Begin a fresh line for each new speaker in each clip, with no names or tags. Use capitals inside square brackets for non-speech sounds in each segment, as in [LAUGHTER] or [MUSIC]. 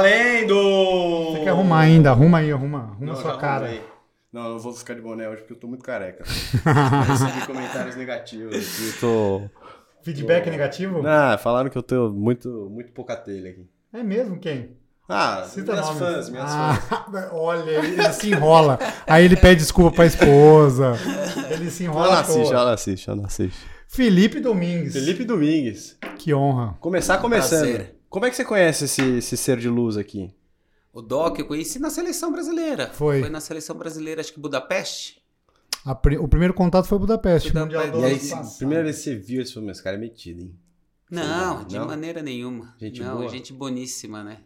Valendo!
Tem que arrumar ainda, arruma aí, arruma, arruma
Não, já
sua cara.
arrumei. Não, eu vou ficar de boné hoje porque eu tô muito
[LAUGHS]
careca. Eu recebi comentários negativos. aqui, Eu
Feedback negativo?
tô... Ah, falaram que eu tenho muito, muito pouca telha aqui.
É mesmo quem?
Ah,
Cita
minhas
nomes.
fãs, minhas
Ah,
fãs.
[LAUGHS] Olha, ele se enrola. Aí ele pede desculpa pra esposa. Ele se enrola.
Ela
à toa.
assiste, ela assiste, ela assiste.
Felipe Domingues.
Ah, Felipe Domingues.
Que honra.
Começar começando.
Prazer.
Como é que você conhece esse, esse ser de luz aqui?
O Doc eu conheci na seleção brasileira.
Foi.
na seleção brasileira, acho que Budapeste.
A pri- O primeiro contato foi Budapeste.
Budapeste.
Mundial do
E aí,
ano
se-
passado.
primeira vez que você viu esse filme, esse cara é metido, hein?
Não, de
Não?
maneira nenhuma.
Gente
não,
boa.
gente boníssima, né?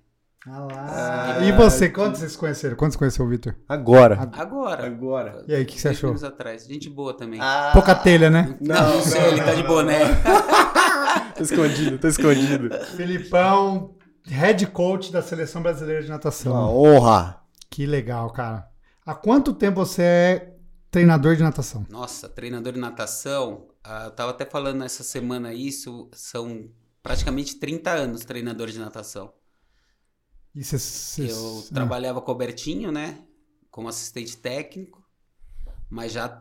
Ah lá.
Ah,
e você,
que-
quando vocês se conheceram? Quando você conheceu o Vitor?
Agora.
Agora.
Agora.
E aí, o que você
dois
achou?
anos atrás. Gente boa também.
Ah,
Pouca telha, né?
não,
não,
não sei,
não,
ele tá
não,
de
não.
boné.
Tá escondido, tá escondido.
Felipão, head coach da seleção brasileira de natação.
Uma honra.
Que legal, cara. Há quanto tempo você é treinador de natação?
Nossa, treinador de natação. ah, eu tava até falando essa semana isso. São praticamente 30 anos treinador de natação.
E você, você-
Eu
ah,
trabalhava cobertinho, né? Como assistente técnico, mas já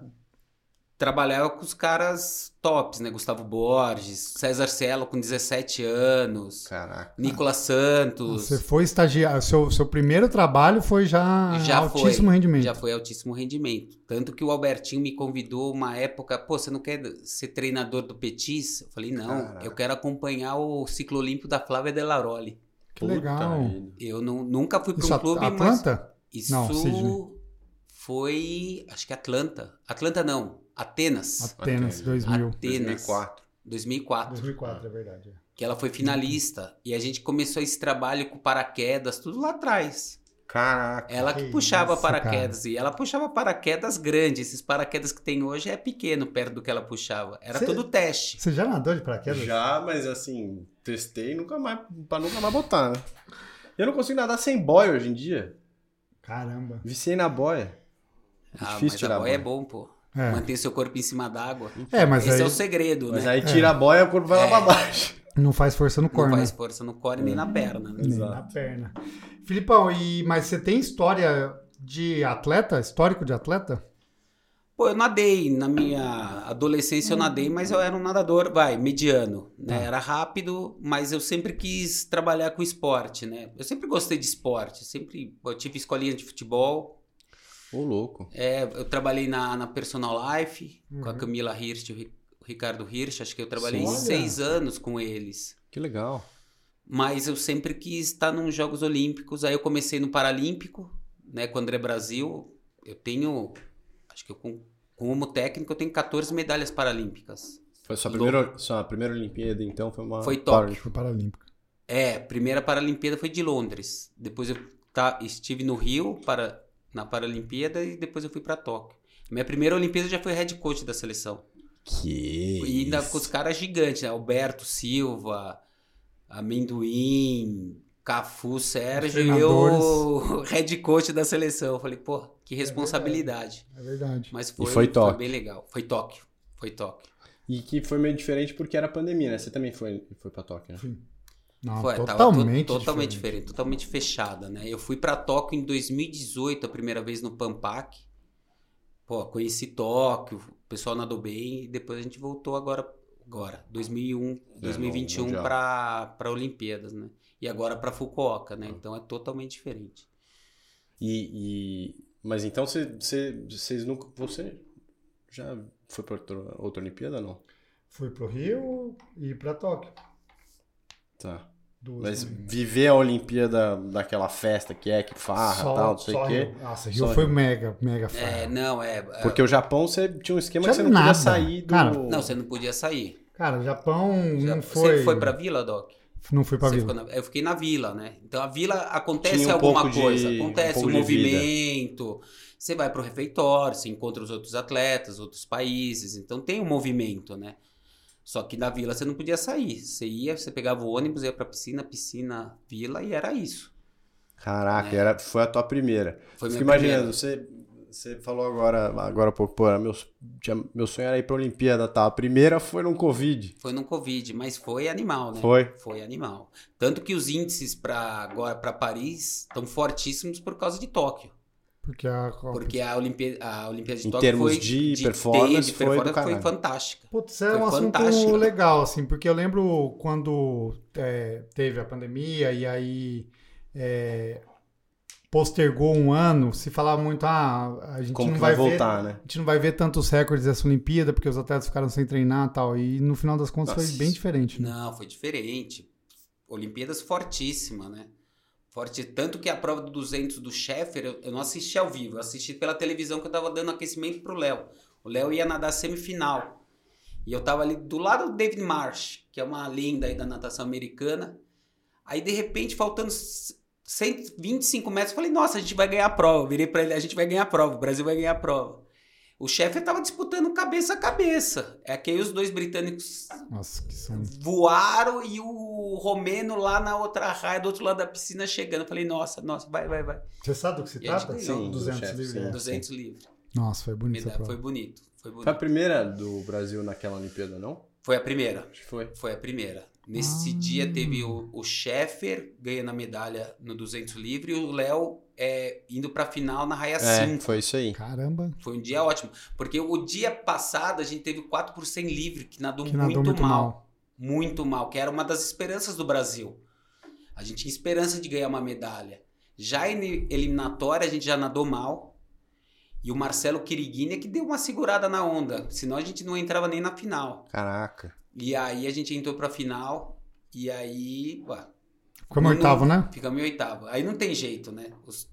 trabalhava com os caras tops, né? Gustavo Borges, César Cielo com 17 anos,
Caraca.
Nicolas Santos.
Você foi estagiário. Seu, seu primeiro trabalho foi já,
Já foi.
altíssimo rendimento.
Já foi altíssimo rendimento. Tanto que o Albertinho me convidou uma época, pô, você não quer ser treinador do Petis? Eu falei, não,
Caraca.
eu quero acompanhar o ciclo olímpico da Flávia Delaroli.
Que legal.
vida.
Eu não- nunca fui para
Isso,
um clube,
a
mas
Atlanta?
Isso
Não, Sydney.
foi, acho que Atlanta. Atlanta não, Atenas,
Atenas.
Atenas, 2000.
Atenas,
2004.
2004,
2004, é verdade.
que ela foi finalista. E a gente começou esse trabalho com paraquedas, tudo lá atrás.
Caraca.
Ela que,
Que
puxava
isso,
paraquedas, e ela puxava paraquedas grandes. Esses paraquedas que tem hoje é pequeno, perto do que ela puxava. Era
Cê-
tudo teste.
Você já nadou de paraquedas?
Já, mas assim, testei nunca mais, pra nunca mais botar, né? Eu não consigo nadar sem boia hoje em dia.
Caramba.
Viciei na boia.
Ah,
Difícil
mas
tirar
a
a
boia é
boia.
bom, pô.
É,
Manter seu corpo em cima d'água.
É, mas
Esse
aí é
é o segredo,
Mas
né?
aí tira a boia e o corpo vai
É.
lá pra baixo.
não faz força no
Não
corpo.
faz força no core nem na perna. né?
né? É. Nem na perna. Filipão, e, mas você tem história de atleta? Histórico de atleta?
Pô, eu nadei na minha adolescência, eu nadei, mas eu era um nadador, vai, mediano, né? Era rápido, mas eu sempre quis trabalhar com esporte, né? Eu sempre gostei de esporte, sempre eu tive escolinha de futebol,
Ô, louco.
é, eu trabalhei na, na Personal Life com a
Uhum.
Camila Hirsch, e o Ri- o Ricardo Hirsch, acho que eu trabalhei
Olha!
seis anos com eles.
Que legal.
Mas eu sempre quis estar nos Jogos Olímpicos. Aí eu comecei no Paralímpico, né, com o André Brasil. Eu tenho, acho que eu com, como técnico, eu tenho 14 medalhas paralímpicas.
Foi sua
Louco.
primeira, sua primeira Olimpíada, então, foi uma...
Foi Tóquio.
Foi Tipo, paralímpico.
É, a primeira Paralimpíada foi de Londres. Depois eu ta- estive no Rio para na Paralimpíada e depois eu fui para Tóquio. Minha primeira Olimpíada eu já foi head coach da seleção.
Que
E ainda
isso.
com os caras gigantes, né? Alberto Silva, Amendoim, Cafu, Sérgio e eu,
treinadores.
[LAUGHS] head coach da seleção. Eu falei, pô, que responsabilidade.
É verdade.
Mas foi,
foi Tóquio.
bem legal. Foi Tóquio. Foi Tóquio.
E que foi meio diferente porque era pandemia, né? Você também foi, foi pra Tóquio, né?
Não,
foi, tava to-
Ah, totalmente.
totalmente
diferente.
diferente, totalmente fechada, né? Eu fui pra Tóquio em 2018, a primeira vez no Pampac. Pô, conheci Tóquio, o pessoal nadou bem e depois a gente voltou agora, agora 2001,
no
2021
Mundial.
pra para Olimpíadas, né? E agora pra Fukuoka, né? Então é totalmente diferente.
E, e- Mas então você, você, vocês nunca. Você já foi pra outra, outra Olimpíada não?
Fui pro Rio e pra Tóquio.
Tá.
Duas
Mas
também.
viver a Olimpíada daquela festa que é, que farra
Só-
tal, não sei
só
o quê.
Rio. Nossa, Rio
Só
foi
Rio.
mega, mega fraco.
É, não, é, é,
Porque o Japão você tinha um esquema
Tinha
que você não
nada.
podia sair do.
Cara,
não, você não podia sair.
Cara, o Japão
Já-
não
Você
foi.
foi pra vila, Doc?
Não fui pra
Você
Vila.
ficou na- Eu fiquei na vila, né? Então a vila acontece
Tinha um
alguma
pouco de-
coisa,
um
acontece um,
pouco de vida.
movimento. Você vai pro refeitório, você encontra os outros atletas, outros países. Então tem um movimento, né? Só que na vila você não podia sair. Você ia, você pegava o ônibus, ia pra piscina, piscina, vila e era isso.
Caraca,
É.
era, foi a tua primeira.
Foi
Fico
minha
imaginando, você, Você falou agora, agora há pouco, pô, era meus, tinha- meu sonho era ir pra Olimpíada, tá? A primeira foi no Covid.
Foi no Covid, mas foi animal, né?
Foi.
Foi animal. Tanto que os índices para agora para Paris estão fortíssimos por causa de Tóquio.
Porque a.
Porque a Olimpíada, a Olimpíada de
Em
Tóquio
termos
foi
de performance, foi do
foi
caralho.
fantástica.
Putz, é
Foi
um assunto
fantástico.
legal, assim, porque eu lembro quando é, teve a pandemia e aí é, postergou um ano, se falava muito, ah, a gente
Como
não
que
vai,
vai,
ver,
voltar, né?
a gente não vai ver tantos recordes dessa Olimpíada, porque os atletas ficaram sem treinar e tal. E no final das contas foi
Nossa.
bem diferente, né?
Não, foi diferente. Olimpíadas fortíssima, né? Forte. Tanto que a prova do 200 do Sheffer, eu, eu não assisti ao vivo, eu assisti pela televisão que eu tava dando aquecimento pro Léo. O Léo ia nadar semifinal. E eu tava ali do lado do David Marsh, que é uma lenda aí da natação americana. Aí, de repente, faltando c- 125 metros, eu falei, nossa, a gente vai ganhar a prova. Eu virei pra ele, a gente vai ganhar a prova, o Brasil vai ganhar a prova. O Sheffer tava disputando cabeça a cabeça. É que aí os dois britânicos
Nossa, que são...
voaram e o romeno lá na outra raia, do outro lado da piscina, chegando. Eu Falei, nossa, nossa, vai, vai, vai.
Você sabe do que se
E a gente um
trata?
ganhou.
São
Sim,
200
chefe,
livres.
sim. Tá
né?
200 livre.
Nossa, foi bonita a
Medalha. Foi
prova.
bonito, foi bonito.
Foi a primeira do Brasil naquela Olimpíada, não?
Foi a primeira,
Acho que foi.
foi a primeira. Nesse
Ah.
dia teve o, o Sheffer ganhando a medalha no 200 livre e o Léo é, indo pra final na raia
É,
5.
foi isso aí.
Caramba,
Foi um dia ótimo, porque o dia passado a gente teve 4 por 100 livre, que nadou,
que
muito,
nadou muito
mal.
mal.
muito mal, que era uma das esperanças do Brasil. A gente tinha esperança de ganhar uma medalha. Já em eliminatória, a gente já nadou mal. E o Marcelo Quiriguini é que deu uma segurada na onda, senão a gente não entrava nem na final.
Caraca.
E aí a gente entrou pra final e aí ué,
Ficou em oitavo, né?
ficamos em oitavo. Aí não tem jeito, né? Os...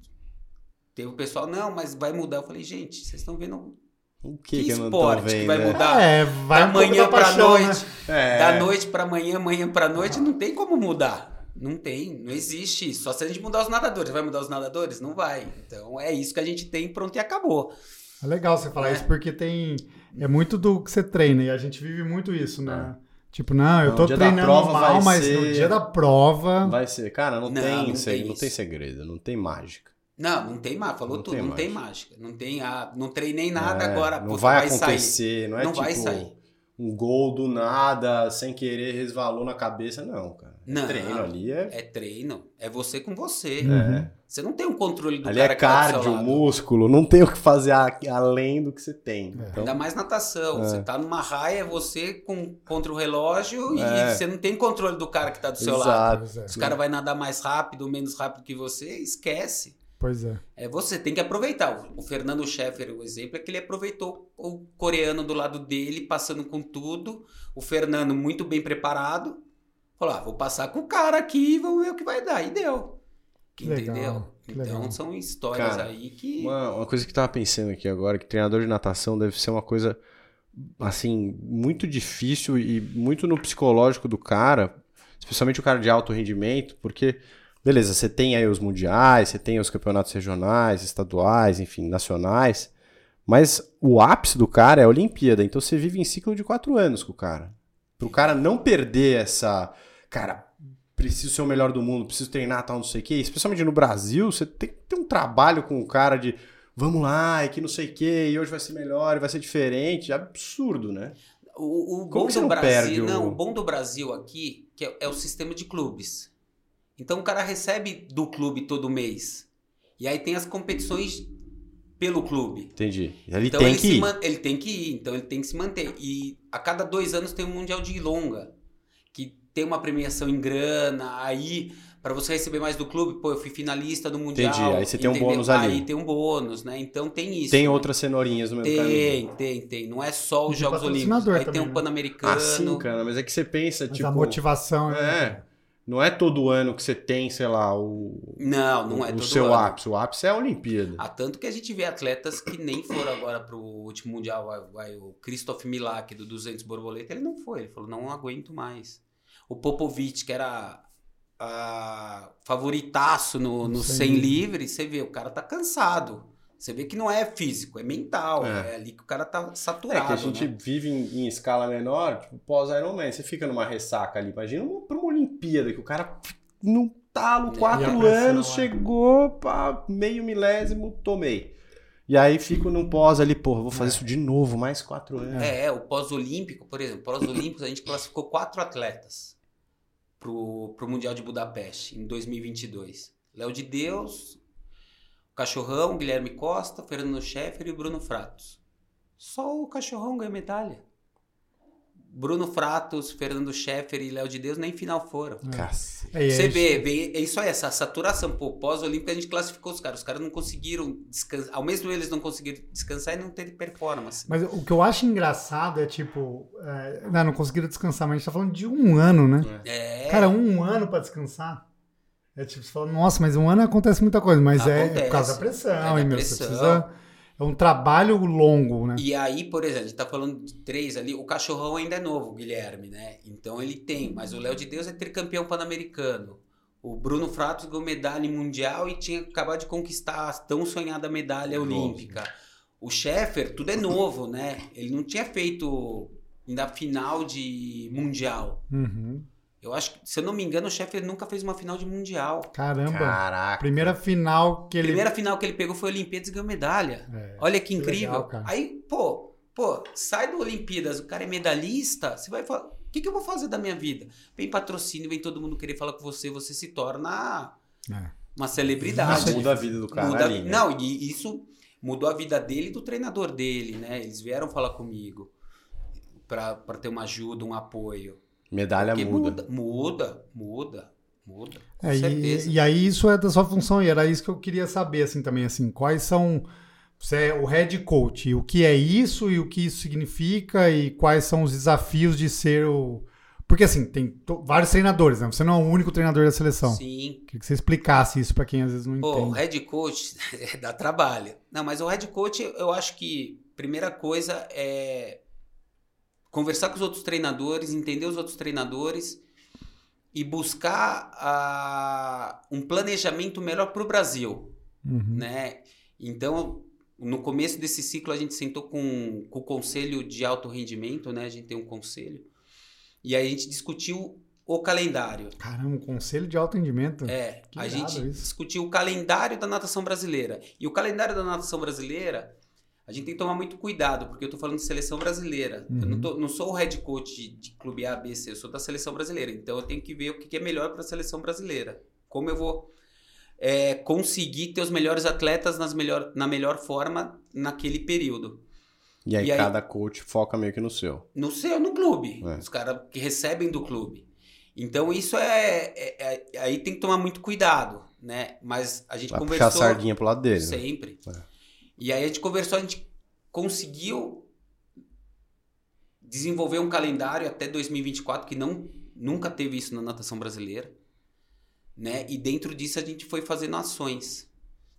Teve o pessoal, não, mas vai mudar. Eu falei, gente, vocês estão vendo
O que,
que,
que, eu não tô
esporte que
vendo?
vai
né?
mudar?
É, vai
da
um pouco
manhã
da
pra
paixão, né?
noite.
É.
Da noite pra manhã, manhã pra noite, não tem como mudar. Não tem, não existe isso. Só se a gente mudar os nadadores. Vai mudar os nadadores? Não vai. Então é isso que a gente tem, pronto e acabou.
É legal você falar
É.
isso, porque tem. É muito do que você treina, e a gente vive muito isso, né? Tipo, não, eu
Não,
tô
o dia da
treinando
prova
mal,
vai
mas
ser-
no dia da prova.
Vai ser. Cara, não,
Não,
tem,
não
seg-
tem
não tem
isso.
segredo, não tem mágica.
Não, não tem mágica. Falou
Não
tudo,
tem
não tem mágica. Não tem ah, não treinei nada
É,
agora.
Não
puta,
vai,
sair.
acontecer, não é
Não
tipo
vai sair.
um gol do nada, sem querer, resvalou na cabeça. Não, cara. É
Não.
Treino ali é.
É treino. É você com você.
Uhum.
é.
Você não tem um controle do
Ali
cara
é
que tá do seu
cardio,
lado.
músculo, não tem o que fazer a- além do que você tem.
É.
Então,
Ainda mais natação.
É.
Você tá numa raia, é você com, contra o relógio
É.
e você não tem controle do cara que tá do seu
Exato.
lado.
Pois é.
Os caras vão nadar mais rápido, menos rápido que você, esquece.
Pois é.
É você tem que aproveitar. O- O Fernando Scheffer, o exemplo, é que ele aproveitou o coreano do lado dele, passando com tudo. O Fernando muito bem preparado. Falou: ah, vou passar com o cara aqui e vamos ver o que vai dar. E deu.
Que
Entendeu?
legal, que
então
legal.
são histórias
Cara,
aí que.
Uma, uma coisa que eu tava pensando aqui agora, que treinador de natação deve ser uma coisa, assim, muito difícil e muito no psicológico do cara, especialmente o cara de alto rendimento, porque, beleza, você tem aí os mundiais, você tem os campeonatos regionais, estaduais, enfim, nacionais, mas o ápice do cara é a Olimpíada, então você vive em ciclo de quatro anos com o cara. Pro cara não perder essa. Cara, preciso ser o melhor do mundo, preciso treinar, tal, não sei o quê. Especialmente no Brasil, você tem que ter um trabalho com o cara de vamos lá, é que não sei o quê, e hoje vai ser melhor, e vai ser diferente. É absurdo, né?
O, o
Como
bom
que você
do
não perde
Brasil,
o-
não, o bom do Brasil aqui que é, é o sistema de clubes. Então o cara recebe do clube todo mês. E aí tem as competições pelo clube.
Entendi. Ele
então
tem
ele,
que
se
ir.
man- ele tem que ir, então ele tem que se manter. E a cada dois anos tem um Mundial de Longa, que tem uma premiação em grana, aí para você receber mais do clube, pô, eu fui finalista do Mundial.
Entendi, aí você tem um
entendeu?
bônus ali.
Aí tem um bônus, né? Então tem isso.
Tem um-
né?
outras cenourinhas no meio do caminho.
Tem, tem, tem. Não é só
E
os
de
Jogos Olímpicos.
patrocinador
Aí tem
também,
um
né?
Pan-Americano.
Ah, sim, cara, mas é que você pensa,
Mas
tipo.
a motivação é.
É. Não é todo ano que você tem, sei lá, o,
Não, não é
o
todo
seu
ano.
ápice. O ápice é a Olimpíada.
Há Ah, tanto que a gente vê atletas que nem foram agora pro último mundial. Vai, vai o Christoph Milak do 200 borboleta, ele não foi. Ele falou não aguento mais. O Popovic que era ah, favoritaço no, no
Sim.
100 livre, você vê o cara tá cansado. Você vê que não é físico, é mental.
É.
É, ali que o cara tá
É
saturado.
que a gente
né?
vive em, em escala menor, tipo, pós-Ironman, você fica numa ressaca ali. Imagina uma, pra uma Olimpíada, que o cara num talo,
É.
quatro
E a pressão,
anos,
é.
chegou pra meio milésimo, tomei. E aí fico num pós ali, porra, vou fazer isso de novo, mais quatro anos.
É, é, o pós-olímpico, por exemplo, pós-olímpicos a gente classificou quatro atletas pro, pro Mundial de Budapeste em 2022. Léo de Deus, o Cachorrão, Guilherme Costa, Fernando Scheffer e o Bruno Fratos. Só o Cachorrão ganha medalha. Bruno Fratos, Fernando Scheffer e Léo de Deus nem final foram.
Cacete.
É, e
Você
aí-
vê, vê, é isso aí, essa saturação. Pô, pós-olímpico a gente classificou os caras. Os caras não conseguiram descansar. Ao mesmo eles não conseguiram descansar e não ter performance.
Mas o que eu acho engraçado é, tipo, é, não, não conseguiram descansar, mas a gente tá falando de um ano, né?
É,
Cara, um ano pra descansar. É tipo, você fala, nossa, mas um ano acontece muita coisa, mas é- é, por
Acontece.
causa da pressão,
É da
hein, meu? Você
pressão.
precisa. É um trabalho longo, né?
E aí, por exemplo, a gente tá falando de três ali, o cachorrão ainda é novo, o Guilherme, né? Então ele tem, mas o Léo de Deus é tricampeão pan-americano. O Bruno Fratos ganhou medalha em mundial e tinha acabado de conquistar a tão sonhada medalha
Novo.
olímpica. O Sheffer, tudo é novo, né? Ele não tinha feito ainda a final de mundial.
Uhum.
Eu acho que, se eu não me engano, o Sheffer nunca fez uma final de mundial.
Caramba.
Caraca.
Primeira final que
A
ele.
primeira final que ele pegou foi a Olimpíadas e ganhou medalha.
É.
Olha que
Que
incrível.
legal, cara.
Aí, pô, pô, sai do Olimpíadas, o cara é medalhista, você vai falar, o que, que eu vou fazer da minha vida? Vem patrocínio, vem todo mundo querer falar com você, você se torna
É.
uma celebridade.
Nossa, muda a vida do cara
Muda-
ali, né?
Não, e isso mudou a vida dele e do treinador dele, né? Eles vieram falar comigo pra, pra ter uma ajuda, um apoio.
Medalha
Porque
muda.
muda, muda, muda, muda, com
É,
certeza.
e, e aí isso é da sua função, e era isso que eu queria saber, assim, também, assim, quais são. Você é o head coach, e o que é isso e o que isso significa, e quais são os desafios de ser o. Porque assim, tem to- vários treinadores, né? Você não é o único treinador da seleção.
Sim,
Queria que você explicasse isso pra quem às vezes não
Pô, é, o
entende.
head coach [LAUGHS] dá trabalho. Não, mas o head coach, eu acho que primeira coisa é conversar com os outros treinadores, entender os outros treinadores e buscar ah, um planejamento melhor para o Brasil,
Uhum.
né? Então, no começo desse ciclo, a gente sentou com, com o conselho de alto rendimento, né? A gente tem um conselho. E aí a gente discutiu o calendário.
Caramba, um conselho de alto rendimento.
É,
Que
a
irado
gente
isso.
discutiu o calendário da natação brasileira. E o calendário da natação brasileira, a gente tem que tomar muito cuidado, porque eu tô falando de seleção brasileira. Eu
Uhum.
não, tô- não sou o head coach de, de clube A, B, C, eu sou da seleção brasileira. Então eu tenho que ver o que, que é melhor para a seleção brasileira. Como eu vou é, conseguir ter os melhores atletas nas melhor, na melhor forma naquele período.
E aí,
E aí-
cada coach foca meio que no seu.
No seu, no clube.
É.
Os caras que recebem do clube. Então isso é, é- é- Aí tem que tomar muito cuidado, né? Mas a gente
Vai puxar a
conversou.
sardinha pro lado dele. Né?
Sempre.
É.
E aí a gente conversou, a gente conseguiu desenvolver um calendário até 2024 que não nunca teve isso na natação brasileira, né? E dentro disso a gente foi fazendo ações,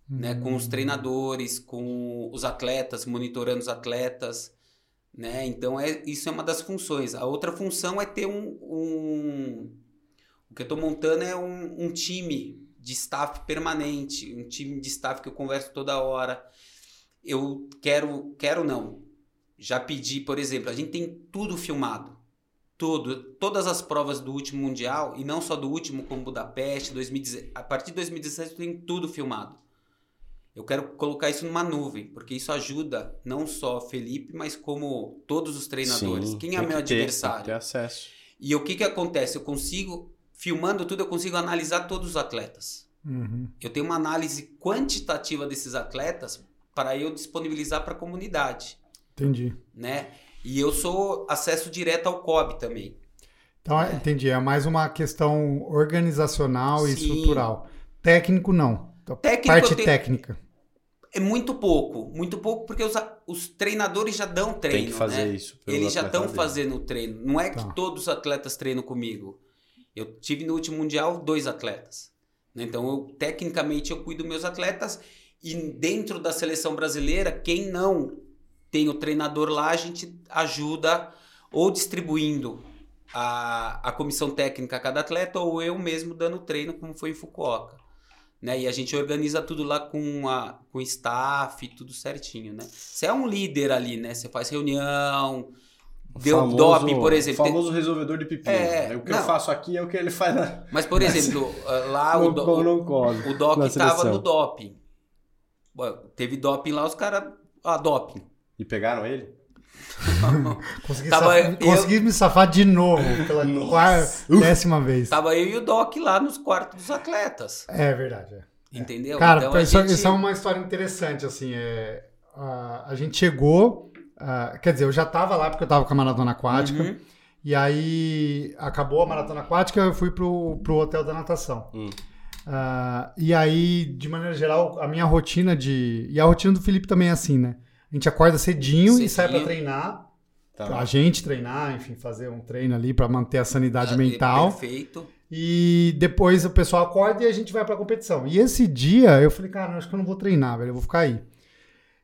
né, com
Hum. Uhum.
os treinadores, com os atletas, monitorando os atletas, né? Então é isso é uma das funções. A outra função é ter um, um- o que eu estou montando é um, um time de staff permanente, um time de staff que eu converso toda hora. Eu quero, quero não. Já pedi, por exemplo, a gente tem tudo filmado. Tudo, todas as provas do último mundial e não só do último como Budapeste, 2017, a partir de 2017 tem tudo filmado. Eu quero colocar isso numa nuvem, porque isso ajuda não só Felipe, mas como todos os treinadores.
Sim,
Quem é
tem
meu
que ter,
adversário?
Tem que ter acesso.
E o que que acontece? Eu consigo, filmando tudo, eu consigo analisar todos os atletas.
Uhum.
Eu tenho uma análise quantitativa desses atletas para eu disponibilizar para a comunidade,
Entendi.
né? E eu sou acesso direto ao COB também.
Então, é, entendi. É mais uma questão organizacional e
Sim.
estrutural. Técnico, não. Então,
Técnico
Parte
eu tenho-
técnica.
É muito pouco, muito pouco porque os, a- os treinadores já dão treino,
tem que fazer
né?
isso. pelo
Eles já
atleta
estão
dele.
fazendo o treino. Não é
Tá.
que todos os atletas treinam comigo. Eu tive no último mundial dois atletas. né? Então, eu, tecnicamente, eu cuido dos meus atletas. E dentro da seleção brasileira, quem não tem o treinador lá, a gente ajuda ou distribuindo a, a comissão técnica a cada atleta ou eu mesmo dando treino, como foi em Fukuoka. Né? E a gente organiza tudo lá com a com o staff, tudo certinho, né? Você é um líder ali, né? Você faz reunião,
O
deu
famoso-
doping, por exemplo.
O famoso resolvedor de pepino.
É,
É, o que eu
não.
faço aqui é o que ele faz lá. [LAUGHS]
Mas, por exemplo, ah, lá
no,
o, do,
no, no colo.
o Doc
na
estava
seleção.
no doping. Bom, Teve doping lá, os caras. Ah, doping. [LAUGHS]
E pegaram ele?
Consegui,
Tava
saf-
eu-
consegui me safar de novo pela
Nossa.
quarta, décima vez.
Tava eu e o Doc lá nos quartos dos atletas.
É verdade. é.
Entendeu?
Cara,
então a
isso,
gente...
isso é uma história interessante, assim, é, a, a gente chegou, ah, quer dizer, eu já tava lá porque eu tava com a maratona aquática,
Uhum.
e aí acabou a maratona aquática, eu fui pro, pro hotel da natação.
Hum.
Ah, e aí, de maneira geral, a minha rotina de... E a rotina do Felipe também é assim, né? A gente acorda cedinho, e
Cedinho.
sai pra treinar,
Tá.
a gente treinar, enfim, fazer um treino ali pra manter a sanidade
Ah,
mental.
Perfeito.
E depois o pessoal acorda e a gente vai pra competição. E esse dia eu falei, cara, acho que eu não vou treinar, velho, eu vou ficar aí.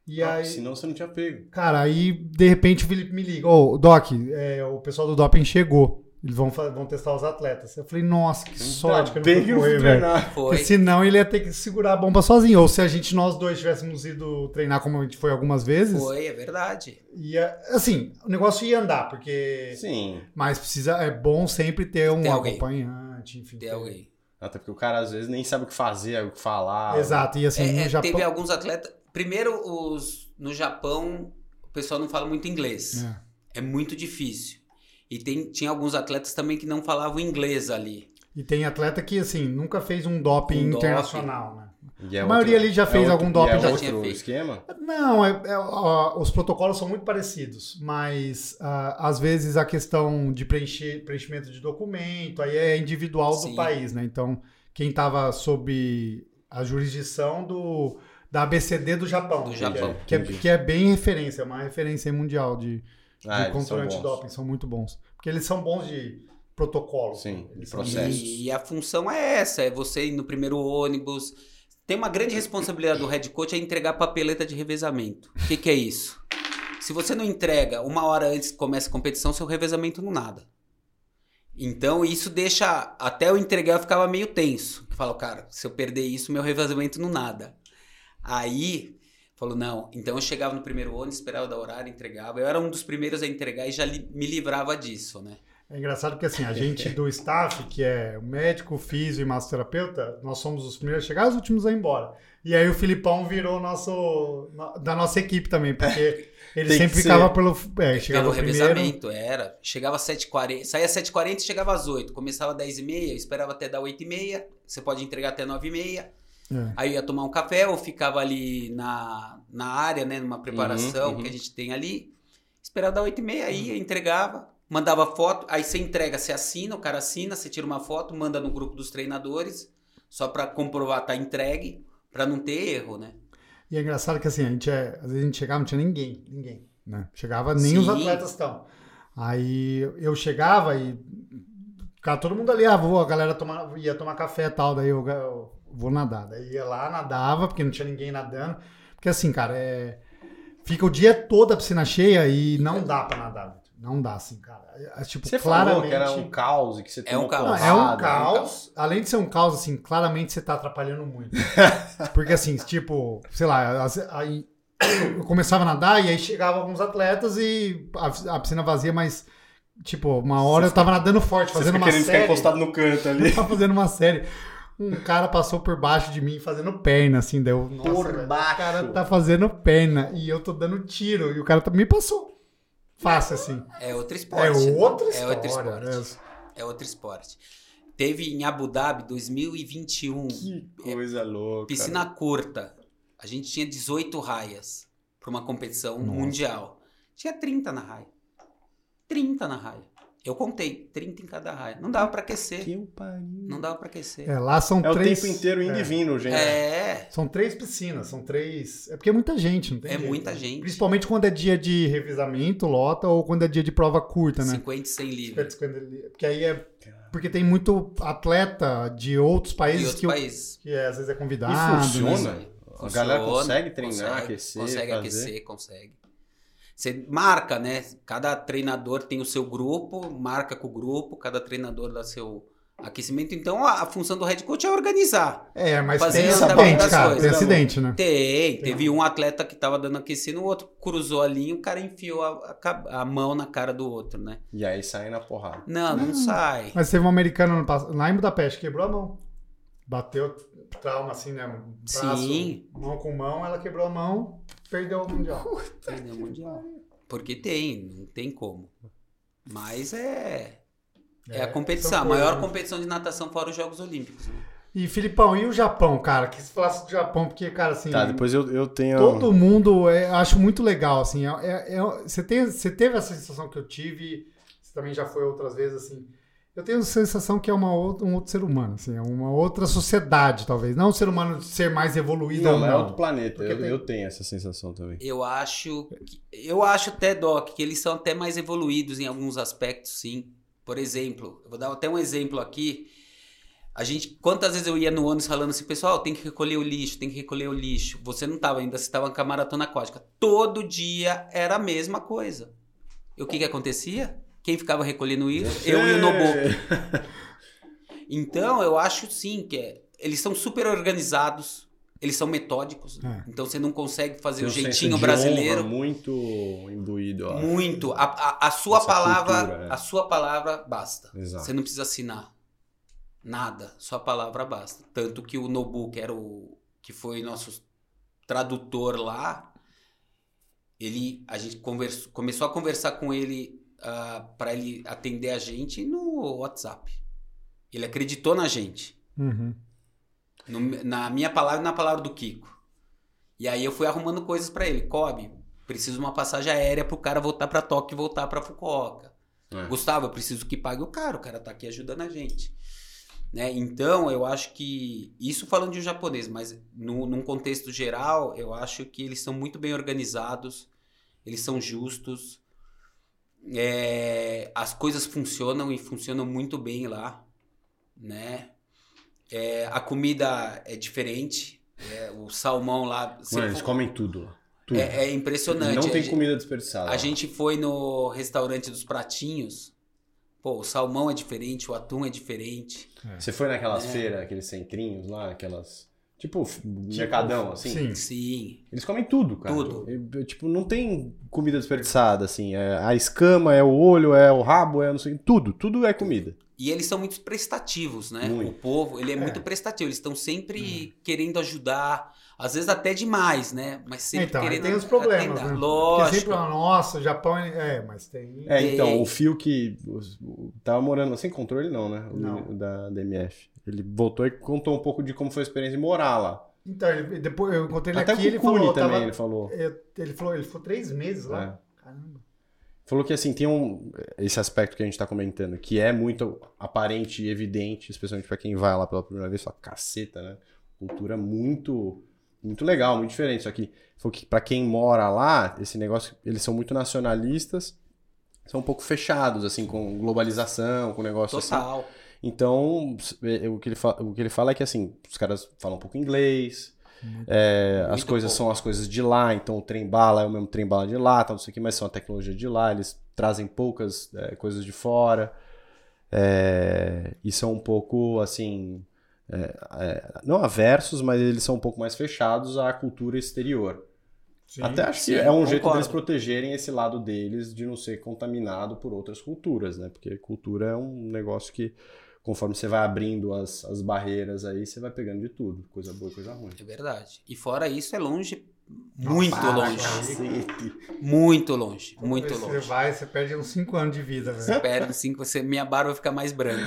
E
Ah,
aí,
Senão você não tinha pego.
cara, aí de repente o Felipe me liga: Ô, Doc, é, o pessoal do doping chegou. Eles vão, fa- vão testar os atletas. Eu falei, nossa,
Tá
que sorte que eu não
Bem
fui
eu fui
correr, velho.
treinar.
Foi.
Porque senão ele ia ter que segurar a bomba sozinho. Ou se a gente, nós dois, tivéssemos ido treinar como a gente foi algumas vezes,
Foi, é verdade.
ia, assim, o negócio ia andar, porque.
Sim.
Mas precisa, é bom sempre ter um
Ter alguém.
acompanhante, enfim.
De
ter-
alguém.
Até porque o cara às vezes nem sabe o que fazer, o que falar.
Exato, e assim,
É,
no
é,
Japão.
Teve alguns atletas. Primeiro, os no Japão, o pessoal não fala muito inglês.
É.
É, muito difícil. E tem, tinha alguns atletas também que não falavam inglês ali.
E tem atleta que, assim, nunca fez um doping
Um doping.
internacional, né?
E é
A maioria ali já fez
outro-
algum doping,
e é
já
outro
tinha feito.
esquema?
Não, é- é- ó, os protocolos são muito parecidos, mas ah, às vezes a questão de preencher, preenchimento de documento aí é individual do
Sim.
país, né? Então, quem estava sob a jurisdição do da ABCD do Japão.
Do
que
Japão.
é- Que é,
Entendi.
que é bem referência, é uma referência mundial de,
Ah,
de
eles são
controle
bons.
antidoping, são muito bons. Porque eles são bons de protocolo.
Sim,
eles
de
são
processo. Processos.
E, e a função é essa: é você ir no primeiro ônibus. Tem uma grande responsabilidade do head coach é entregar papeleta de revezamento. O que, que é isso? Se você não entrega uma hora antes que comece a competição, seu revezamento não nada. Então isso deixa. Até eu entregar eu ficava meio tenso. Falo, cara, se eu perder isso, meu revezamento não nada. Aí, falou, não. Então eu chegava no primeiro ônibus, esperava da horário, entregava. Eu era um dos primeiros a entregar e já li- me livrava disso, né?
É engraçado porque assim, a gente do staff, que é o médico, físio e massoterapeuta, nós somos os primeiros a chegar, os últimos a ir embora. E aí o Filipão virou nosso no- da nossa equipe também,
[LAUGHS]
porque
Tem
ele
que
sempre
ser.
ficava pelo é,
Pelo
chegava primeiro.
revezamento, era. Chegava às 7h40, saía às 7h40 e chegava às 8 Começava às 10h30, eu esperava até dar 8h30. Você pode entregar até 9h30.
É.
Aí eu ia tomar um café ou ficava ali na, na área, né? Numa preparação
Uhum, uhum.
que a gente tem ali. Esperava dar 8h30, aí entregava, mandava foto. Aí você entrega, você assina, o cara assina, você tira uma foto, manda no grupo dos treinadores, só pra comprovar tá entregue, pra não ter erro, né?
E é engraçado que assim, a gente é, às vezes a gente chegava, não tinha ninguém, ninguém, né? Chegava nem os
Sim.
atletas estão. Aí eu chegava e ficava todo mundo ali, ah, vou, a galera tomar, ia tomar café e tal, daí eu, eu vou nadar. Daí ia lá, nadava, porque não tinha ninguém nadando. Porque assim, cara, é fica o dia todo a piscina cheia e não dá pra nadar. Vitor. Não dá assim, cara. É, é, tipo,
Você falou
claramente
que era um caos e que você
É um
tomou
caos.
não,
porrada,
é um
né?
caos. Além de ser um caos, assim, claramente você tá
[LAUGHS]
atrapalhando muito. Porque, assim, tipo, sei lá, as- aí eu começava a nadar e aí chegavam alguns atletas e a, a piscina vazia, mas, tipo, uma hora eu tava nadando forte,
Você
fazendo
fica
uma
querendo ficar
série. [LAUGHS]
encostado no canto ali.
Eu tava fazendo uma série. Um cara passou por baixo de mim fazendo perna, assim, daí eu. Nossa,
Por
velho,
baixo.
O cara tá fazendo perna e eu tô dando tiro e o cara tá- me passou. Fácil, assim.
É outro esporte.
É
né?
outra
É
história.
outro esporte.
né?
É outro esporte. Teve em Abu Dhabi 2021,
Que coisa louca.
piscina curta. A gente tinha 18 raias para uma competição
Nossa.
mundial. Tinha 30 na raia. 30 na raia. Eu contei, 30 em cada raia. Não dava para aquecer.
Que pariu.
Não dava para aquecer.
É, lá são
É o
três.
tempo inteiro indo
é.
e vindo, gente.
É,
São três piscinas, são três. É porque é muita gente, não tem?
é
jeito.
muita gente.
Principalmente quando é dia de revisamento, lota, ou quando é dia de prova curta, né?
50 e 100 livres.
50, 50 li- Porque aí é. Porque tem muito atleta de outros
E
países
outros
que, o-
países.
que é, às vezes é convidado.
E
né?
funciona. A
Funciona,
galera consegue treinar,
consegue,
aquecer,
Consegue
fazer.
aquecer, consegue. Você marca, né? Cada treinador tem o seu grupo, marca com o grupo, cada treinador dá seu aquecimento. Então a, a função do head coach é organizar.
É, mas
Fazer
tem
essa
acidente,
parte das
cara. Tem
coisas.
acidente, né?
Tem, teve um atleta que tava dando aquecimento, o outro cruzou a linha, o cara enfiou a, a cab- a mão na cara do outro, né?
E aí sai na porrada.
Não, não,
Não.
sai.
Mas teve um americano no pass- lá em Budapeste, quebrou a mão. bateu trauma assim, né? Braço,
Sim.
Mão com mão, ela quebrou a mão, perdeu o mundial.
Entendeu? é Mundial. Porque tem, não tem como. Mas é. É, a competição, a
são
maior
coisas, né?
competição de natação fora os Jogos Olímpicos. né?
E Filipão, e o Japão, cara? Que se falasse do Japão, porque, cara, assim.
Tá, depois eu, eu tenho.
Todo mundo é, acho muito legal, assim. é- é- é- você, tem, você teve essa sensação que eu tive, você também já foi outras vezes, assim. Eu tenho a sensação que é uma outra, um outro ser humano, assim, é uma outra sociedade, talvez. Não um ser humano ser mais evoluído
Não,
ou
é
não.
outro planeta.
Porque
Eu,
tem-
eu tenho essa sensação também.
Eu acho. que- eu acho até, Doc, que eles são até mais evoluídos em alguns aspectos, sim. Por exemplo, eu vou dar até um exemplo aqui. A gente, quantas vezes eu ia no ônibus falando assim, pessoal, tem que recolher o lixo, tem que recolher o lixo. Você não estava ainda, você estava com a maratona aquática. Todo dia era a mesma coisa. E o que que acontecia? Quem ficava recolhendo isso? Eu e o Nobu. um Então, eu acho sim que é- eles são super organizados, eles são metódicos. né? Então você não consegue fazer
Tem um
o
É. senso
jeitinho
de
brasileiro.
honra muito imbuído. eu acho.
Muito. A, a- a sua
Essa
palavra,
cultura, é.
a sua palavra basta.
Exato.
Você não precisa assinar nada, sua palavra basta. Tanto que o Nobu, que era o que foi nosso tradutor lá, ele a gente conversou, começou a conversar com ele para ele atender a gente no WhatsApp. Ele acreditou na gente.
Uhum.
No- na minha palavra e na palavra do Kiko. E aí eu fui arrumando coisas pra ele. Kobe, preciso de uma passagem aérea pro cara voltar pra Tóquio e voltar pra Fukuoka.
É.
Gustavo, eu preciso que pague o cara, o cara tá aqui ajudando a gente. Né? Então, eu acho que. Isso falando de um japonês, mas no, num contexto geral, eu acho que eles são muito bem organizados, eles são justos, é, as coisas funcionam e funcionam muito bem lá. Né? É, a comida é diferente, é, o salmão lá. se
Mano, eles
for-
comem tudo lá. Tudo.
é, é impressionante.
não
A
tem
ge-
comida desperdiçada.
a gente foi no restaurante dos pratinhos. Pô, o salmão é diferente, o atum é diferente.
Você foi naquelas
É.
feiras, aqueles centrinhos lá, aquelas. Tipo, f- mercadão, assim.
Sim.
Sim.
Eles comem tudo, cara.
Tudo.
E, e, tipo, não tem comida desperdiçada, assim. É a escama, é o olho, é o rabo, é não sei. Tudo, tudo é comida.
E eles são muito prestativos, né?
Muito.
O povo, ele é, muito prestativo. Eles estão sempre querendo ajudar. Às vezes até demais, né? Mas sempre
Então, aí
querendo
tem os problemas, né?
atender.
Porque
Lógico.
sempre fala, nossa, o Japão é. é, mas tem.
É,
Tem.
então, o Fio que os- o- tava morando sem controle, não, né? O
Não.
menino da DMF. Ele voltou e contou um pouco de como foi a experiência de morar lá.
Então, ele- depois eu encontrei ele
Até
aqui
com
ele
o Cune
falou,
também,
tava-
ele falou.
eu- ele falou, ele ficou três meses
É.
lá. Caramba.
Falou que assim, tem um esse aspecto que a gente tá comentando, que é muito aparente e evidente, especialmente pra quem vai lá pela primeira vez, fala, caceta, né? Cultura muito muito legal, muito diferente, só que falou que para quem mora lá, esse negócio, eles são muito nacionalistas, são um pouco fechados assim com globalização, com negócio assim.
Total.
Então, eh, o que, ele fa- o que ele fala é que, assim, os caras falam um pouco inglês,
Muito.
eh, as
Muito
coisas
pouco.
são as coisas de lá, então o trem-bala é o mesmo trem-bala de lá, tal, não sei o que, mas são a tecnologia de lá, eles trazem poucas eh, coisas de fora, eh, e são um pouco, assim, eh, eh, não aversos, mas eles são um pouco mais fechados à cultura exterior.
Sim.
Até acho
sim,
que é um jeito
concordo.
deles protegerem esse lado deles de não ser contaminado por outras culturas, né? Porque cultura é um negócio que, conforme você vai abrindo as, as barreiras aí, você vai pegando de tudo. Coisa boa e coisa ruim.
É verdade. E fora isso, é longe. Muito
para,
longe.
Cacete.
Muito longe. Muito
Você
longe.
vai, você perde uns cinco anos de vida, velho.
Você perde cinco, você, minha barba fica mais branca.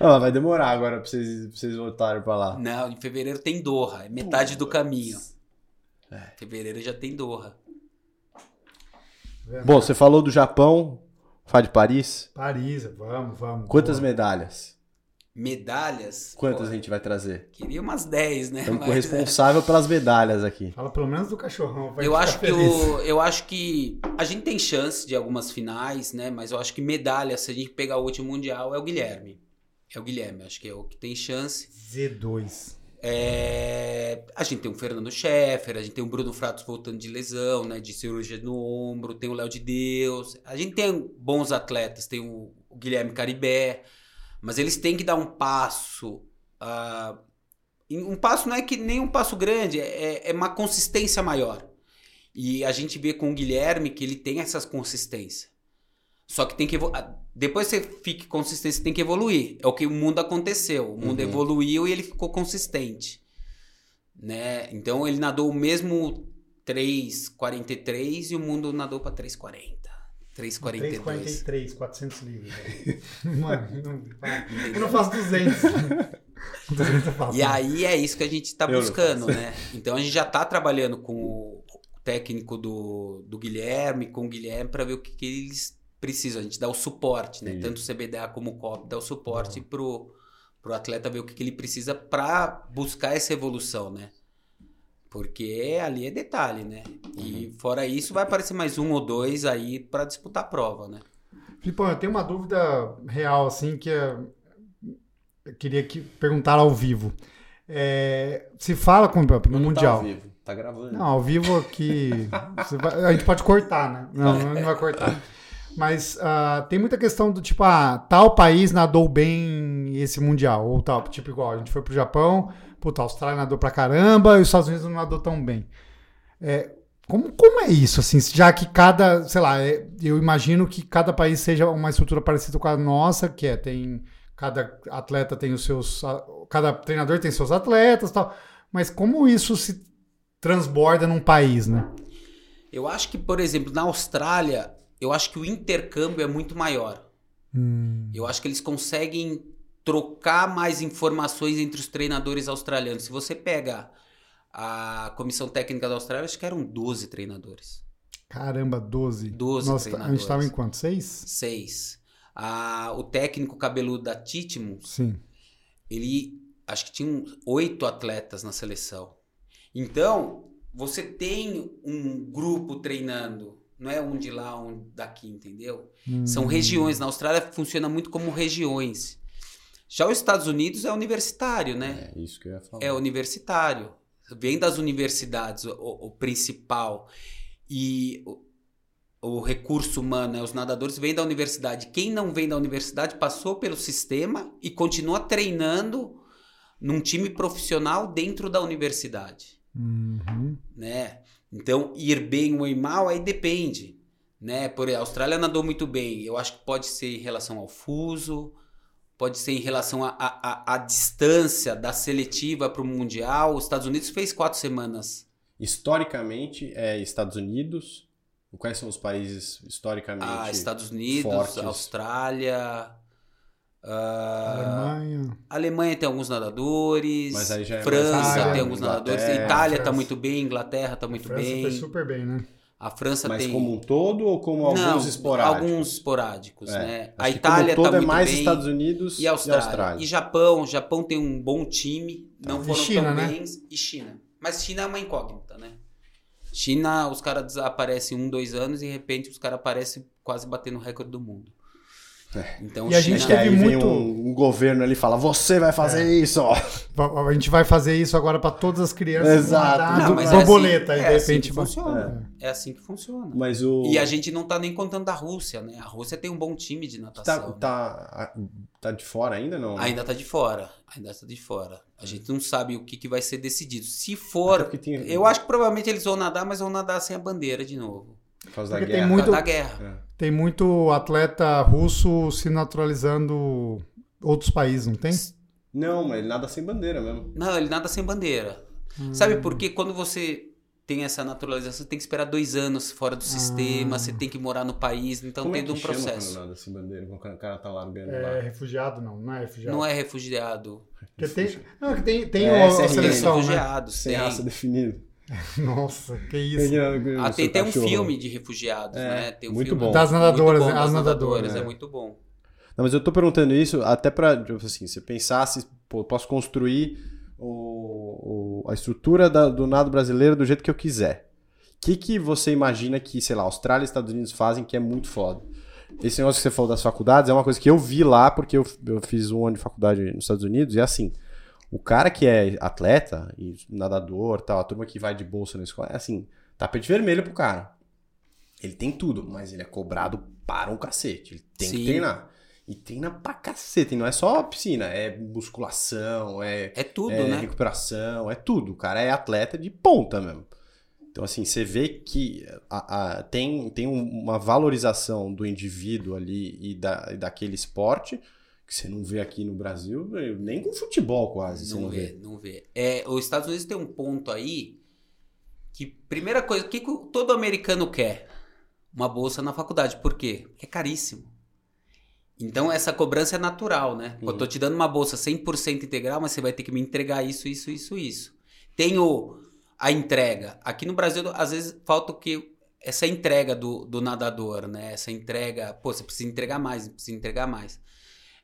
Ah, vai demorar agora pra vocês, pra vocês voltarem pra lá.
Não, em fevereiro tem Doha, é metade do caminho. Fevereiro já tem Doha.
Tá
Bom, você falou do Japão, Fá de Paris.
Paris, vamos, vamos.
Quantas
Boa.
medalhas?
Medalhas?
Quantas
pô,
a gente vai trazer?
Queria umas 10, né?
Estamos com o
Mas,
responsável pelas medalhas aqui.
Fala pelo menos do cachorrão. vai
eu
ficar
acho que
feliz.
o, eu acho que a gente tem chance de algumas finais, né? Mas eu acho que medalha, se a gente pegar o último mundial, é o Guilherme. É o Guilherme, acho que é o que tem chance.
Z2.
É, a gente tem o Fernando Scheffer, a gente tem o Bruno Fratos voltando de lesão, né? De cirurgia no ombro, tem o Léo de Deus. A gente tem bons atletas, tem o, o Guilherme Caribé, mas eles têm que dar um passo. ah, em- um passo não é que nem um passo grande, é, é uma consistência maior. E a gente vê com o Guilherme que ele tem essa consistência. Só que tem que evoluir. Depois que você fique consistente, você tem que evoluir. É o que o mundo aconteceu. O mundo
Uhum.
evoluiu e ele ficou consistente. Né? Então ele nadou o mesmo 3,43 e o mundo nadou para 3,40. 3,42.
343, 400 livros.
[LAUGHS]
Mano, não, eu não faço 200. 200 eu faço.
E aí é isso que a gente está
Eu não
buscando, né? Então a gente já está trabalhando com o técnico do, do Guilherme, com o Guilherme, para ver o que, que eles precisam. A gente dá o suporte, né?
Entendi.
Tanto o CBDA como o COP dá o suporte pro, pro atleta ver o que, que ele precisa para buscar essa evolução, né? Porque ali é detalhe, né? E
Uhum.
fora isso, vai aparecer mais um ou dois aí para disputar a prova, né?
Filipão, eu tenho uma dúvida real, assim, que é- eu queria que perguntar ao vivo. É, se fala com no
Tá
Mundial.
ao vivo, tá gravando.
Não, ao vivo aqui. você vai- a gente pode cortar, né? Não, não vai cortar. Mas ah, tem muita questão do tipo, ah, tal país nadou bem esse Mundial. Ou tal, tipo igual, a gente foi pro Japão, puta, a Austrália nadou pra caramba e os Estados Unidos não nadou tão bem. É, como, como é isso, assim? Já que cada, sei lá, é, eu imagino que cada país seja uma estrutura parecida com a nossa, que é, tem. Cada atleta tem os seus. ah, Cada treinador tem seus atletas e tal. Mas como isso se transborda num país, né?
Eu acho que, por exemplo, na Austrália, eu acho que o intercâmbio é muito maior. Eu acho que eles conseguem trocar mais informações entre os treinadores australianos. Se você pega a comissão técnica da Austrália, acho que eram 12 treinadores.
Caramba, 12.
12
Nossa, a gente
treinadores.
tava em quanto? Seis?
Seis. Ah, o técnico cabeludo da Titmus,
Sim.
ele acho que tinha uns oito atletas na seleção. Então, você tem um grupo treinando, não é um de lá, um daqui, entendeu? São
Hum.
regiões. Na Austrália funciona muito como regiões. Já os Estados Unidos é universitário, né?
É isso que eu ia falar.
É, universitário. Vem das universidades, o, o principal. E o, o recurso humano, né? os nadadores vêm da universidade. Quem não vem da universidade passou pelo sistema e continua treinando num time profissional dentro da universidade
Uhum.
né? Então, ir bem ou ir mal, aí depende, né? Por a Austrália nadou muito bem. Eu acho que pode ser em relação ao fuso, pode ser em relação à a, a, distância da seletiva para o Mundial. Os Estados Unidos fez quatro semanas.
Historicamente, é Estados Unidos. Quais são os países historicamente?
Ah, Estados Unidos,
fortes.
Austrália, ah,
Alemanha.
Alemanha tem alguns nadadores,
Mas aí já é mais
França
Itália,
tem alguns nadadores,
Inglaterra.
Itália tá
França.
muito bem, Inglaterra tá muito
França
bem,
foi super bem, né?
a França
Mas
tem
como um todo ou como alguns
Não,
esporádicos?
alguns esporádicos,
É.
né?
Acho
A
que como
Itália
todo
tá
é
muito
mais
bem
Estados Unidos
e a Austrália. E, Japão, o Japão tem um bom time, não
E
foram
China,
tão
né?
bem. E China. Mas China é uma incógnita, né? China, os caras desaparecem um, dois anos e de repente os caras aparecem quase batendo o recorde do mundo.
É.
Então
E a
Acho
China
gente
que aí
teve
vem
muito-
um, um governo ali e fala, você vai fazer
É.
isso, ó.
Va- A gente vai fazer isso agora pra todas as crianças.
Exato.
Mandar
Não,
do-
mas é
borboleta.
assim-
aí,
é
de
assim
repente.
que
vai-
funciona. é assim que funciona.
Mas o...
E a gente não tá nem contando da Rússia, né? A Rússia tem um bom time de natação.
tá,
né?
tá, tá de fora ainda, não?
Ainda tá de fora. Ainda tá de fora. A gente não sabe o que, que vai ser decidido. Se
Até
for.
porque tem-
Eu acho que provavelmente eles vão nadar, mas vão nadar sem a bandeira de novo.
Por causa da
Porque tem
guerra.
Por
muito-
causa da guerra.
É.
Tem muito atleta russo se naturalizando outros países, não tem?
Não, mas nada sem bandeira mesmo.
Não, ele nada sem bandeira. Sabe por quê? Quando você tem essa naturalização, você tem que esperar dois anos fora do sistema, você tem que morar no país, então
Ah. Como é que
tem todo um
chama
processo.
quando nada sem bandeira, quando o cara tá largando
É
lá.
refugiado, não. Não é refugiado.
Não é refugiado.
Porque tem, não, que tem, tem
É,
o-
sem ninguém,
a
Tem
seleção, né?
refugiados,
Sem
tem.
raça definida.
[LAUGHS] Nossa, que isso.
Ah,
Ah,
tem até um filme de refugiados,
É,
né? Tem um
muito
filme
bom.
Das nadadoras,
muito bom
né? As
das
nadadoras,
nadadoras,
é.
é muito bom.
Não, mas eu tô perguntando isso até pra, tipo assim, você pensar se pô, eu posso construir o, o- a estrutura da- do nado brasileiro do jeito que eu quiser. O que, que você imagina que, sei lá, Austrália e Estados Unidos fazem que é muito foda? Esse negócio que você falou das faculdades é uma coisa que eu vi lá, porque eu, eu fiz um ano de faculdade nos Estados Unidos, e assim, o cara que é atleta, e nadador tal, a turma que vai de bolsa na escola, é assim, tapete vermelho pro cara. Ele tem tudo, mas ele é cobrado para um cacete. Ele tem que
Sim.
treinar. E treina pra cacete, e não é só piscina, é musculação, é,
É tudo,
é
né?
recuperação, é tudo. O cara é atleta de ponta mesmo. Então, assim, você vê que a- a- tem, tem um- uma valorização do indivíduo ali e, da, e daquele esporte que você não vê aqui no Brasil, eh, nem com futebol quase, você
Não,
não
vê,
vê.
não vê. É, os Estados Unidos tem um ponto aí que, primeira coisa, o que que o- todo americano quer? Uma bolsa na faculdade. Por quê? Porque é caríssimo. Então, essa cobrança é natural, né? Pô,
Uhum.
Eu tô te dando uma bolsa 100% integral, mas você vai ter que me entregar isso, isso, isso, isso. Tem o, a entrega. Aqui no Brasil, às vezes, falta o que? Essa entrega do, do nadador, né? Essa entrega... Pô, você precisa entregar mais, precisa entregar mais.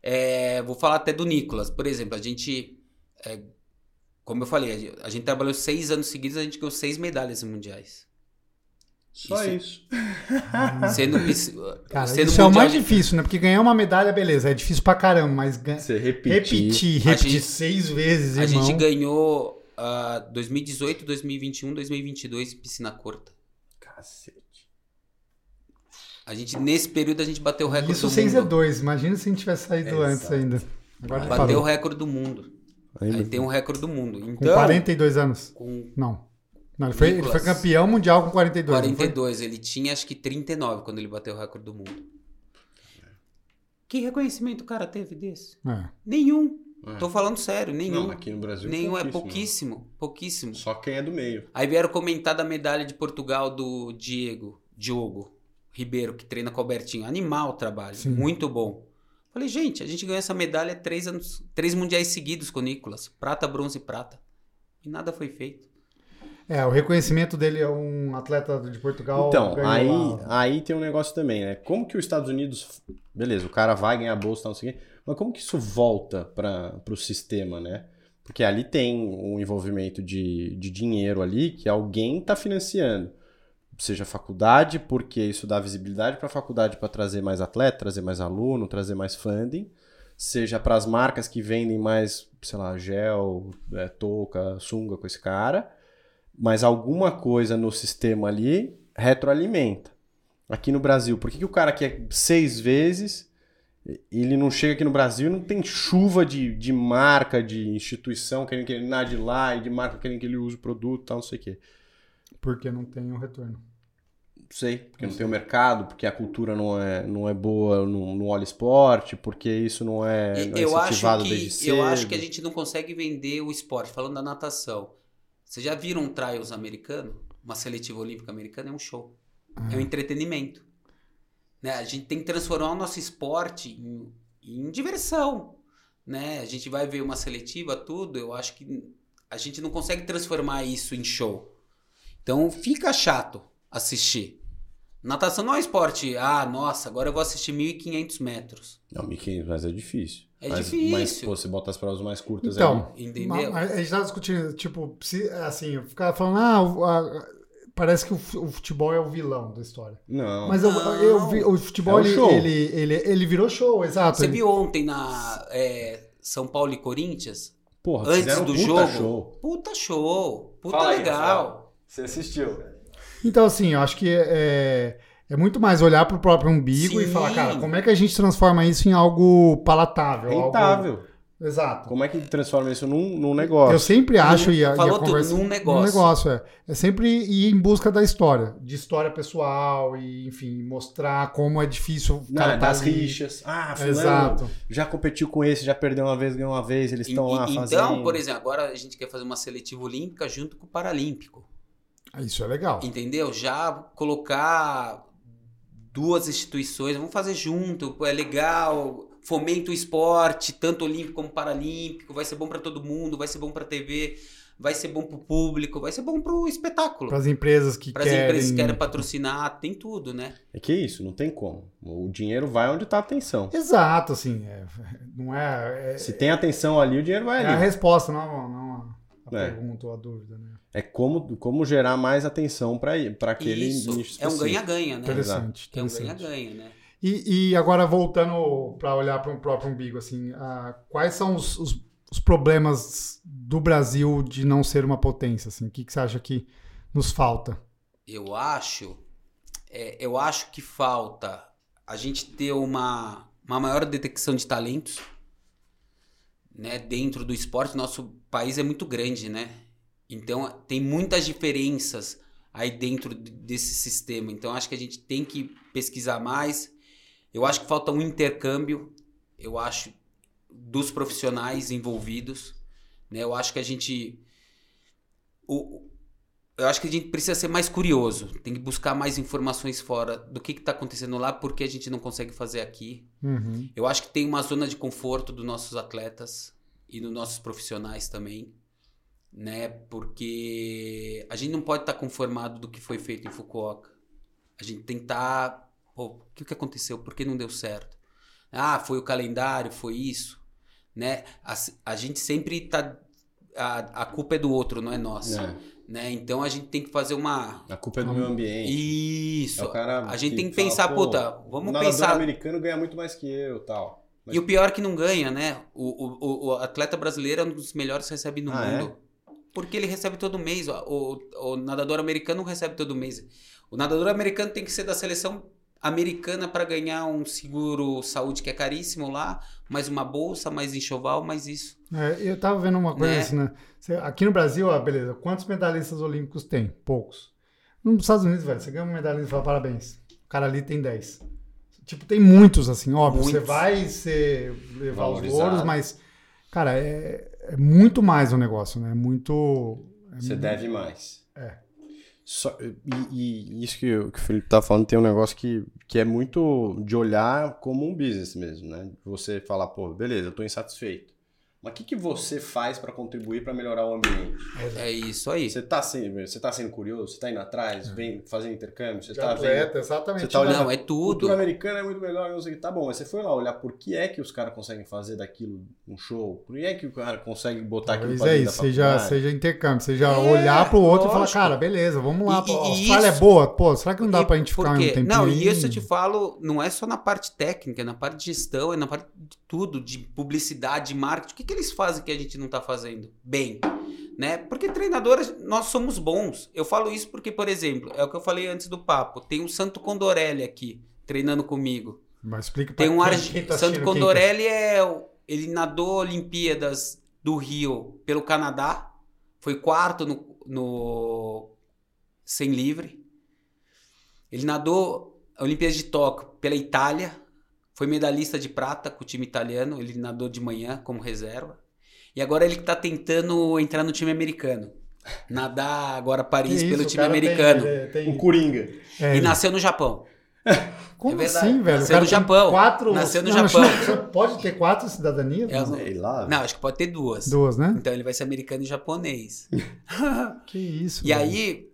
É, vou falar até do Nicolas. Por exemplo, a gente é, como eu falei, a gen- a gente trabalhou seis anos seguidos, a gente ganhou seis medalhas em mundiais.
Só
Isso- é [LAUGHS]
isso.
Sendo, bis-
Cara,
sendo
isso é o
mundial-
mais difícil, né? Porque ganhar uma medalha, beleza, é difícil pra caramba, mas
é
ganha...
Você repetir.
repetir,
A
repetir
gente-
seis vezes,
A
irmão.
gente ganhou ah, 2018, 2021, 2022 piscina curta.
Cacete.
A gente nesse período a gente bateu o recorde
Isso
do
seis é
mundo.
dois. Imagina se a gente tivesse saído
Exato.
antes ainda. Agora
Bateu
é parou.
Bateu o recorde do mundo.
Aí,
Aí tem um recorde do mundo.
Com
Então,
42 anos.
com
Não. Não, ele foi, ele foi
Nicolas.
campeão mundial com 42. não foi?
42, ele tinha acho que 39 quando ele bateu o recorde do mundo. Que reconhecimento o cara teve desse?
É.
Nenhum.
É.
Tô falando sério, nenhum.
Não, aqui no Brasil
nenhum é
né?
pouquíssimo, pouquíssimo.
Só quem é do meio.
Aí vieram comentar da medalha de Portugal do Diego, Diogo Ribeiro, que treina com o Albertinho. Animal o trabalho,
Sim.
muito bom. Falei, gente, a gente ganhou essa medalha três anos, três mundiais seguidos com o Nicolas. Prata, bronze e prata. E nada foi feito.
É, o reconhecimento dele é um atleta de Portugal.
Então,
ganhou
aí,
lá.
aí tem um negócio também, né? Como que os Estados Unidos. Beleza, o cara vai ganhar bolsa, não sei o quê, mas como que isso volta para o sistema, né? Porque ali tem um envolvimento de, de dinheiro ali que alguém está financiando. Seja faculdade, porque isso dá visibilidade para a faculdade para trazer mais atleta, trazer mais aluno, trazer mais funding. Seja para as marcas que vendem mais, sei lá, gel, é, touca, sunga com esse cara mas alguma coisa no sistema ali retroalimenta. Aqui no Brasil, por que, que o cara que é seis vezes, ele não chega aqui no Brasil e não tem chuva de, de marca, de instituição querendo que ele nade lá e de marca querendo que ele use o produto e tal, não sei o quê.
Porque não tem um retorno.
Não sei, porque não tem o mercado, porque a cultura não é, não é boa no, no olha esporte, porque isso não é,
E
não é
eu acho
incentivado desde
que
cedo.
eu acho que a gente não consegue vender o esporte. Falando da natação, vocês já viram um trials americano? Uma seletiva olímpica americana é um show. É
Ah.
um entretenimento. Né? A gente tem que transformar o nosso esporte em, em diversão. Né? A gente vai ver uma seletiva, tudo. Eu acho que a gente não consegue transformar isso em show. Então fica chato assistir. Natação não é um esporte. Ah, nossa, agora eu vou assistir 1.500 metros.
Não, Mickey, mas é difícil.
É
mas, Mas,
difícil.
pô, você bota as provas mais curtas
Então,
ali.
Entendeu?
Mas A gente tava discutindo, tipo, se- assim, eu ficava falando, ah, o- a- parece que o fu- o futebol é o vilão da história.
Não.
Mas eu,
Não.
eu vi- o futebol,
É um
ele,
show.
ele, ele, ele virou show, exato.
Você
Ele-
viu ontem na é, São Paulo e Corinthians?
Porra,
Antes
fizeram um
do
puta
jogo?
show.
Puta show, puta
Fala aí,
legal.
Você assistiu?
Então, assim, eu acho que é, é muito mais olhar pro próprio umbigo e
Sim.
falar, cara, como é que a gente transforma isso em algo palatável? algo-
Rentável.
Exato.
Como é que transforma isso num, num
Eu
negócio?
sempre acho, e a, e a
Falou tudo,
conversa...
num negócio.
Um negócio, é. É sempre ir em busca da história, de história pessoal e, enfim, mostrar como é difícil... o
Na,
cara tá
das
ali.
rixas. Ah, fulano
Exato.
já competiu com esse, já perdeu uma vez, ganhou uma vez, eles
E-
estão
e-
lá
então,
fazendo.
por exemplo, agora a gente quer fazer uma seletiva olímpica junto com o Paralímpico.
Isso é legal.
Entendeu? Já colocar duas instituições, vamos fazer junto, pô, é legal, fomenta o esporte, tanto olímpico como paralímpico, vai ser bom pra todo mundo, vai ser bom pra TV, vai ser bom pro público, vai ser bom pro espetáculo.
Para as empresas que
Para as
querem...
empresas que querem patrocinar, tem tudo, né?
É que é isso, não tem como. O dinheiro vai onde tá a atenção.
Exato, assim, é- não é... é-
Se tem atenção ali, o dinheiro vai
É a
ali.
resposta, não, não a, a
É.
pergunta ou a dúvida, né?
É como, como gerar mais atenção pra para aquele
Isso
nicho
é um
específico.
ganha-ganha, né?
Interessante,
É um
interessante.
ganha-ganha, né?
e, e agora voltando para olhar para o próprio umbigo, assim, ah, quais são os, os- os problemas do Brasil de não ser uma potência, assim? O que, que você acha que nos falta?
Eu acho, é, eu acho que falta a gente ter uma, uma maior detecção de talentos, né? Dentro do esporte, nosso país é muito grande, né? Então tem muitas diferenças. aí dentro de- desse sistema. Então acho que a gente tem que pesquisar mais. Eu acho que falta um intercâmbio, eu acho, dos profissionais envolvidos. Né? Eu acho que a gente. o- eu acho que a gente precisa ser mais curioso, tem que buscar mais informações fora do que está acontecendo lá, porque a gente não consegue fazer aqui.
Uhum.
Eu acho que tem uma zona de conforto dos nossos atletas e dos nossos profissionais também, né? Porque a gente não pode estar conformado do que foi feito em Fukuoka. A gente tem que estar, pô, o que, que aconteceu? Por que não deu certo? Ah, foi o calendário, foi isso, né? A, a gente sempre tá a, a culpa é do outro, não é nossa,
É,
né? Então a gente tem que fazer uma
a culpa é
Ah,
do meio ambiente.
isso.
É o cara
a gente tem que
fala,
pensar,
"Pô,
puta, vamos
o nadador
pensar
americano ganha muito mais que eu tal. Mas-
E o pior é que não ganha, né? O, o- o, o atleta brasileiro é um dos melhores que recebe no
Ah,
mundo. Porque ele recebe todo mês. ó. O, o nadador americano não recebe todo mês. O nadador americano tem que ser da seleção americana para ganhar um seguro saúde que é caríssimo lá, mais uma bolsa, mais enxoval, mais isso.
É, eu tava vendo uma coisa
Né?
assim, né? Você- Aqui no Brasil, ó, beleza, quantos medalhistas olímpicos tem? Poucos. Nos Estados Unidos, velho, você ganha um medalhista e fala parabéns. O cara ali tem 10. Tipo, tem muitos, assim, óbvio. Você
Muitos.
vai ser, levar os
Valorizado.
louros, mas, cara, é, é muito mais o negócio, né? É muito. é
Você
muito-
deve mais.
É.
Só- e, e isso que, o- que o Felipe tá falando tem um negócio que, que é muito de olhar como um business mesmo, né? Você falar, pô, beleza, eu tô insatisfeito. Mas o que, que você faz para contribuir para melhorar o ambiente?
É isso aí.
Você tá, sendo, você tá sendo curioso? Você tá indo atrás? Vem fazendo intercâmbio? Você
É. de
tá vendo?
atleta, exatamente. Tipo,
Você tá olhando-
Não, é
Cultura
tudo.
americana é muito melhor, não sei o que. Tá bom, mas você foi lá olhar por que é que os caras conseguem fazer daquilo um show? Por que é que o cara consegue
tá
botar aquilo
Talvez
pra
é
dentro da
isso, seja,
faculdade?
seja intercâmbio, seja
É,
olhar pro outro e falar,
lógico.
cara, beleza, vamos lá,
E-
pô, a
e- e
Austrália é
isso-
boa, pô, será que não dá
E
pra gente ficar
por
um
quê?
tempinho?
Não, e
aí?
isso eu te falo, não é só na parte técnica, é na parte de gestão, é na parte de tudo, de publicidade, de marketing. O que, que eles fazem que a gente não tá fazendo bem? Né? Porque treinadores, nós somos bons. Eu falo isso porque, por exemplo, é o que eu falei antes do papo. Tem o Santo Condorelli aqui, treinando comigo.
Mas explica pra
Tem um
quem-
argentino.
quem tá assistindo,
Santo
quem
Condorelli é. o- Ele nadou Olimpíadas do Rio pelo Canadá. Foi quarto no, no sem livre. Ele nadou a Olimpíadas de Tóquio pela Itália. Foi medalhista de prata com o time italiano. Ele nadou de manhã como reserva. E agora ele está tentando entrar no time americano. Nadar agora
tá- Que
Paris
isso,
pelo
o
time
cara tem-
americano.
é, tem-
O Um Coringa.
é,
E nasceu no Japão.
como
é verdade,
assim, velho? O
nasceu
cara
no
tem
Japão,
Quatro...
nasceu no
Não, mas
Japão.
só- Pode ter quatro cidadanias?
É,
Não.
Sei lá.
Não, acho que pode ter duas.
Duas, né?
Então ele vai ser americano
[LAUGHS]
e japonês.
Que isso.
[LAUGHS] e
velho.
aí,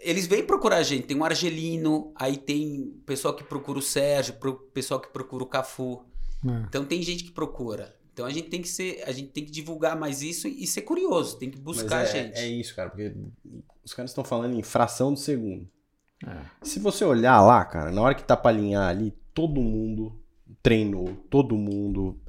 eles vêm procurar a gente. Tem um argelino, aí tem pessoal que procura o Sérgio, pro pessoal que procura o Cafu.
É.
Então tem gente que procura. Então a gente tem que ser, a gente tem que divulgar mais isso e ser curioso, tem que buscar
Mas
a
é,
gente.
É isso, cara, porque os caras estão falando em fração de segundo.
É.
Se você olhar lá, cara, na hora que tá pra alinhar ali, todo mundo treinou, todo mundo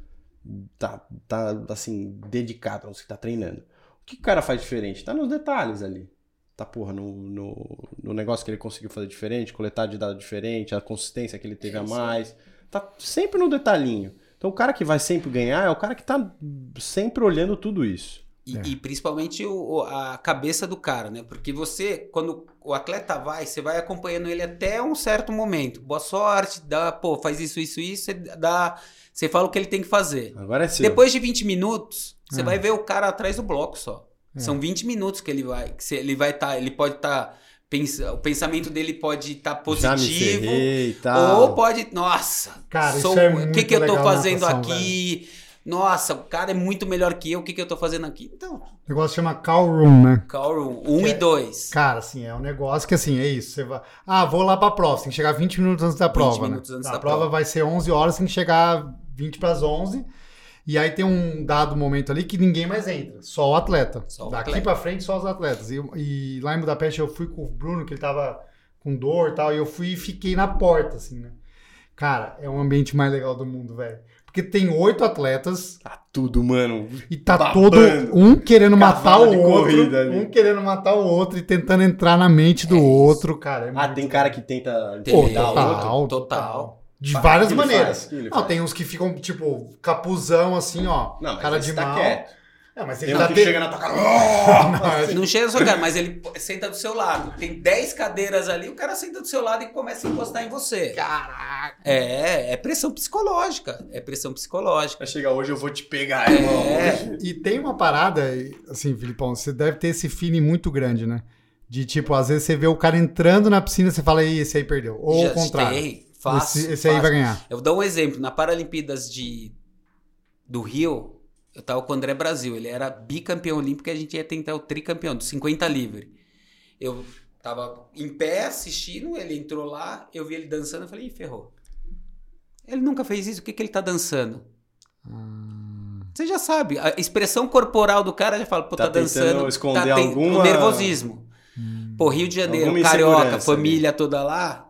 tá, tá assim, dedicado aos que tá treinando. O que o cara faz diferente? Tá nos detalhes ali. Tá, porra, no, no, no negócio que ele conseguiu fazer diferente, coletar de dado diferente, a consistência que ele teve a
Isso.
mais. Tá sempre no detalhinho. Então o cara que vai sempre ganhar é o cara que tá sempre olhando tudo isso.
E,
É.
e principalmente o- o- a cabeça do cara, né? Porque você, quando o atleta vai, você vai acompanhando ele até um certo momento. Boa sorte, dá, pô, faz isso, isso, isso, você dá, você fala o que ele tem que fazer.
Agora é seu.
Depois de 20 minutos, você
É.
vai ver o cara atrás do bloco só.
É.
São 20 minutos que ele vai, que se- ele vai estar, ele pode estar o pensamento dele pode estar
Já me
positivo
ferrei tá. e tal.
ou pode, nossa,
Cara,
sou-
isso é
o
muito
que que eu tô
legal na
fazendo
natação,
aqui? Nossa, o cara é muito melhor que eu, o que que eu tô fazendo aqui? Então,
O negócio chama Call Room, né?
Carl, 1 e 2.
Cara, assim, é um negócio que assim, é isso. Você vai. Ah, vou lá pra prova, você tem que chegar 20 minutos antes da
20
prova.
minutos
né?
antes
a
da
prova,
prova.
vai ser 11 horas, tem que chegar 20 para as 11. E aí tem um dado momento ali que ninguém mais entra, só o atleta.
Só o
Daqui
atleta.
pra frente, só os atletas. E, e lá em Budapeste eu fui com o Bruno, que ele tava com dor e tal, e eu fui e fiquei na porta, assim, né? Cara, é o ambiente mais legal do mundo, velho. Porque tem oito atletas,
Tá tudo, mano.
e tá
Babando.
todo um querendo matar
Cavalo
o
de
outro,
corrida ali.
um querendo matar o outro e tentando entrar na mente do outro, cara. é
Ah,
muito-
tem cara que tenta
Tem,
Pô,
intimidar o
total,
outro.
total.
outro, total.
De
Faz-
várias
que ele
maneiras.
faz, que ele
Não,
faz.
tem uns que ficam, tipo, capuzão, assim, ó.
Não, mas
cara
esse
de
tá
mal.
quieto.
Não, mas tá você
Tem um
já
que
teve-
chega na tua
[LAUGHS]
cara. "Oh!"
Não chega no seu cara, mas ele senta do seu lado. Tem 10 cadeiras ali, o cara senta do seu lado e começa a encostar em você.
Caraca.
É, é pressão psicológica. É pressão psicológica.
Vai chegar hoje, eu vou te pegar, irmão.
É.
E tem uma parada, assim, Filipão, você deve ter esse feeling muito grande, né? De tipo, às vezes você vê o cara entrando na piscina e você fala, "Ih, esse aí perdeu. Ou
Já
o contrário.
tem, Fácil,
esse esse aí
fácil.
vai ganhar.
Eu vou dar um exemplo. Na Paralimpíadas de do Rio, eu tava com o André Brasil. Ele era bicampeão olímpico e a gente ia tentar o tricampeão, dos 50 livre. Eu tava em pé assistindo, ele entrou lá, eu vi ele dançando, eu falei, Ih, ferrou. Ele nunca fez isso, o que, que ele tá dançando?
Ah.
Você já sabe, a expressão corporal do cara já fala, pô, tá,
Tá tentando
dançando.
esconder
tá ten-
alguma-
um nervosismo.
Hum.
Pô, Rio de Janeiro,
Alguma
carioca,
insegurança ali.
família toda lá,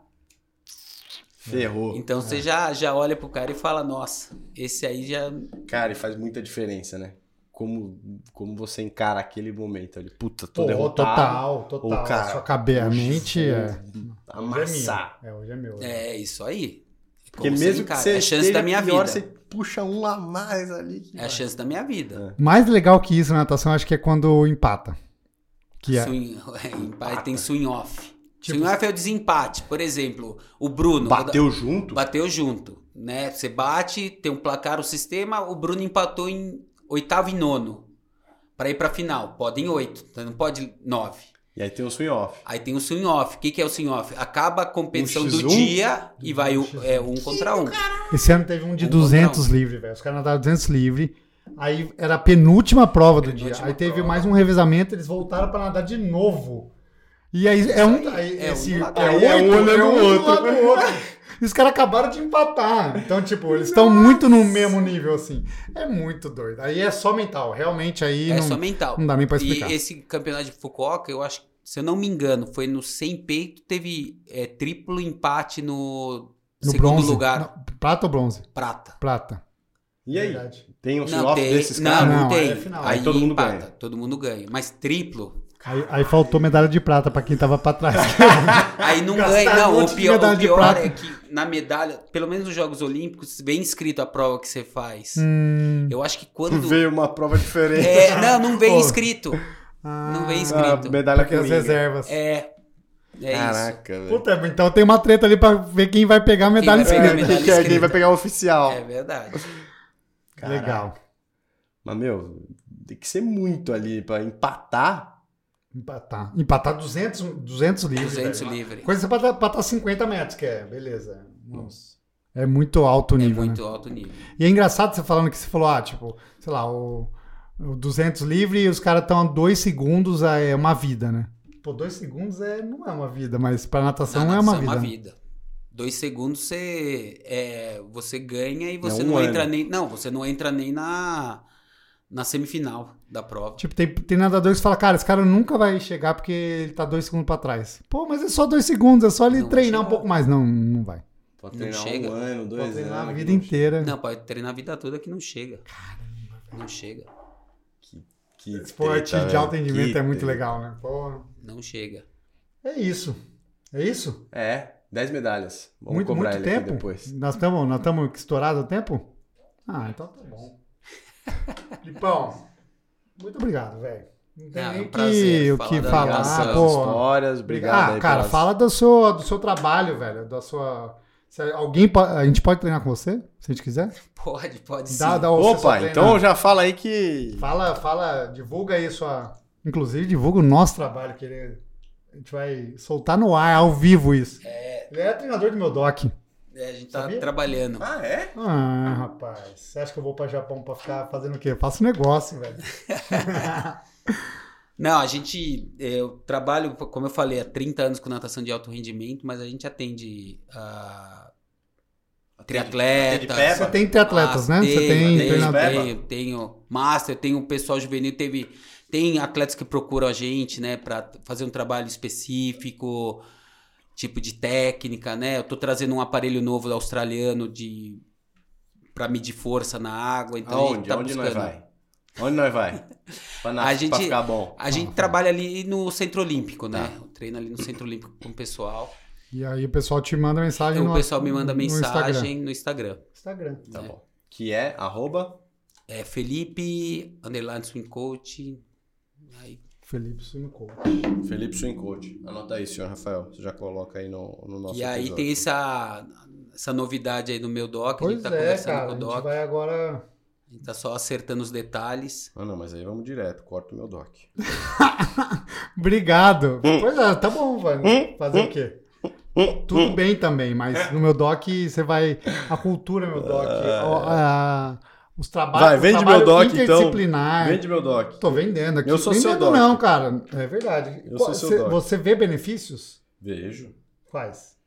Ferrou.
então você
É.
já, já olha pro cara e fala, nossa, esse aí já.
Cara, e faz muita diferença, né? Como, como você encara aquele momento ali. Puta, tô
Pô,
derrotado.
total, total.
Ou, cara,
Sua cabeça, a mente
Hoje
é.
vou
Hoje é
Amassar.
meu. É, hoje é meu.
É isso aí. É
Porque
como você
mesmo que
encara.
você
É a chance
esteja
da minha
pior,
vida.
você puxa um a mais ali. que
É
vai.
a chance da minha vida.
Mais legal que isso na natação, acho que é quando empata. Que é.
Swing- [LAUGHS] é, empate- tem swing off.
Tipo-
swing off é o desempate. Por exemplo, o Bruno.
Bateu junto?
Bateu junto. Né? Você bate, tem um placar, o sistema. O Bruno empatou em oitavo e nono. Pra ir pra final. Pode em oito. então Não pode nove.
E aí tem um swing off.
Aí tem o swing off. O que, que é o swing off? Acaba a competição
Um
do
X1?
dia e vai o, é, um contra um.
Esse ano teve um de
Um
200
contra
livre, velho. Os caras nadaram 200 livre. Aí era a penúltima prova do dia.
Penúltima
Aí teve
prova.
mais um revezamento, eles voltaram pra nadar de novo. E aí é um. Aí,
é um
esse-
do
é
lado.
oito,
É um olhando
é
o
do
outro.
lado do outro. [LAUGHS] E os caras acabaram de empatar. Então, tipo, eles estão muito no mesmo nível, assim. É muito doido. Aí é só mental. Realmente aí
é
não,
só mental.
não dá nem pra
E
explicar.
esse campeonato de Fukuoka, eu acho, se eu não me engano, foi no sem peito, teve é, triplo empate no,
No
segundo
bronze.
lugar,
não, prata ou bronze?
prata.
Prata.
E aí?
Verdade.
Tem um swing
Não
off
tem,
desses
não,
caras?
não,
Não, aí
tem.
é final.
Aí todo mundo
empata,
ganha.
Todo mundo ganha. Mas triplo,
Aí, aí faltou medalha de prata pra quem tava pra trás.
aí
[LAUGHS]
não
Gastaram
ganha.
um
Não,
monte
o
de
pior,
medalha
o
de
pior
prata.
é que na medalha, pelo menos nos Jogos Olímpicos, vem escrito a prova que você faz.
[LAUGHS] Hum,
Eu acho que
Tu
quando...
veio uma prova diferente.
[LAUGHS]
É, não, não vem
Pô.
escrito. Não vem
Ah,
escrito.
medalha
Porque as
comigo.
reservas.
É, é isso.
Caraca, velho.
Puta, então tem uma treta ali pra ver quem vai pegar a medalha
vai
É,
pegar
escrita.
a
quem,
medalha
quer- quem
escrita.
vai pegar o oficial?
É verdade.
Caraca.
Legal.
Mas, meu, tem que ser muito ali pra empatar.
Empatar. Empatar 200, 200 livros.
200
velho.
livre.
Coisa pra empatar 50 metros, que é, beleza. Nossa. É muito alto o
Hum. É
nível,
muito alto nível.
né? E é engraçado você falando que você falou, ah, tipo, sei lá, o, o 200 livre e os caras estão a 2 segundos, é uma vida, né? Pô, 2 segundos é, não é uma vida, mas pra natação
Nada,
é uma
isso
vida. né?
Dois segundos você, é, você ganha e você
um
não
ano.
entra nem. Não, você não entra nem na, na semifinal da prova.
Tipo, tem, tem nadador que você fala, cara, esse cara nunca vai chegar porque ele tá dois segundos pra trás. Pô, mas é só dois segundos, é só ele
Não vai
treinar um
chegar.
pouco mais. Não, não vai.
Pode
Não
treinar
chega.
um ano, dois
Pode treinar a
anos.
vida inteira.
Não, pode treinar a vida toda que não chega. Não chega.
Que
Esporte
treta,
de alto
velho.
rendimento
Que
é muito
treta.
legal, né? Pô,
Não chega.
é isso. É isso?
É, 10 medalhas. Vamos
muito
cobrar
muito
ele
tempo.
aqui depois.
Nós estamos nós tamo estourados o tempo? Ah, então tá bom. [LAUGHS] Lipão, muito obrigado, velho. Não tem
Ah, é um
nem que,
prazer
o que
falar
falar.
da
Obrigado pelas
pô,
histórias, obrigado
ah,
aí
cara,
pelas-
fala do seu, do seu trabalho, velho, da sua... se alguém po- a gente pode treinar com você, se a gente quiser?
Pode, pode sim.
Dá, um dá o seu
Opa,
treino.
então já fala aí que.
Fala, fala, divulga aí sua... Inclusive, divulga o nosso trabalho, que ele- a gente vai soltar no ar, ao vivo isso. É. Ele é treinador do meu doc.
É, a gente tá
Sabia?
trabalhando.
Ah, é?
Ah, rapaz, você acha que eu vou pra Japão pra ficar fazendo o quê? Eu faço negócio,
[LAUGHS]
velho.
Não, a gente. é, Eu trabalho, como eu falei, há 30 anos com natação de alto rendimento, mas a gente atende ah,
Atende
triatletas.
peba?
Você tem triatletas, né?
Ah,
Você tem
tenho,
treinador.
treinador.
Tenho, tenho master, tenho pessoal juvenil, teve, tem atletas que procuram a gente, né, para fazer um trabalho específico, tipo de técnica, né? Eu tô trazendo um aparelho novo australiano de para medir força na água, então a gente
Aonde?
tá
Onde
buscando.
nós vai? Onde nós
[LAUGHS]
vai? Pra, na-
A
pra
gente-
ficar bom.
A
Ah, tá.
gente trabalha ali no Centro Olímpico, né?
Tá.
Eu treino ali no Centro Olímpico com o pessoal.
E aí o pessoal te manda mensagem
Então,
no
o pessoal me manda
no
mensagem
Instagram.
no Instagram.
Instagram.
Tá
né?
bom. Que é arroba
É Felipe, underline swing coach. Aí,
Felipe Simicou.
Felipe Swing Coach. Anota aí, senhor Rafael. Você já coloca aí no, no nosso
e aí
episódio.
tem essa, essa novidade aí do meu doc. a
Pois
gente tá
é,
conversando
cara. A
com o
gente
doc.
vai agora.
A gente tá só acertando os detalhes.
Ah, não, mas aí vamos direto. Corta o meu doc.
Obrigado. Pois é, tá bom, vai. Fazer o quê?
Hum.
Tudo bem também, mas no meu doc você vai. A cultura, meu doc.
Ah.
ó, a- os trabalhos.
Vai,
o
vende
trabalho
meu doc, então.
Interdisciplinar.
Vende meu doc.
Tô vendendo aqui.
Eu sou seu
vendendo
doc.
não, cara. É verdade.
Eu sou seu
você,
doc.
você vê benefícios?
Vejo.
Quais?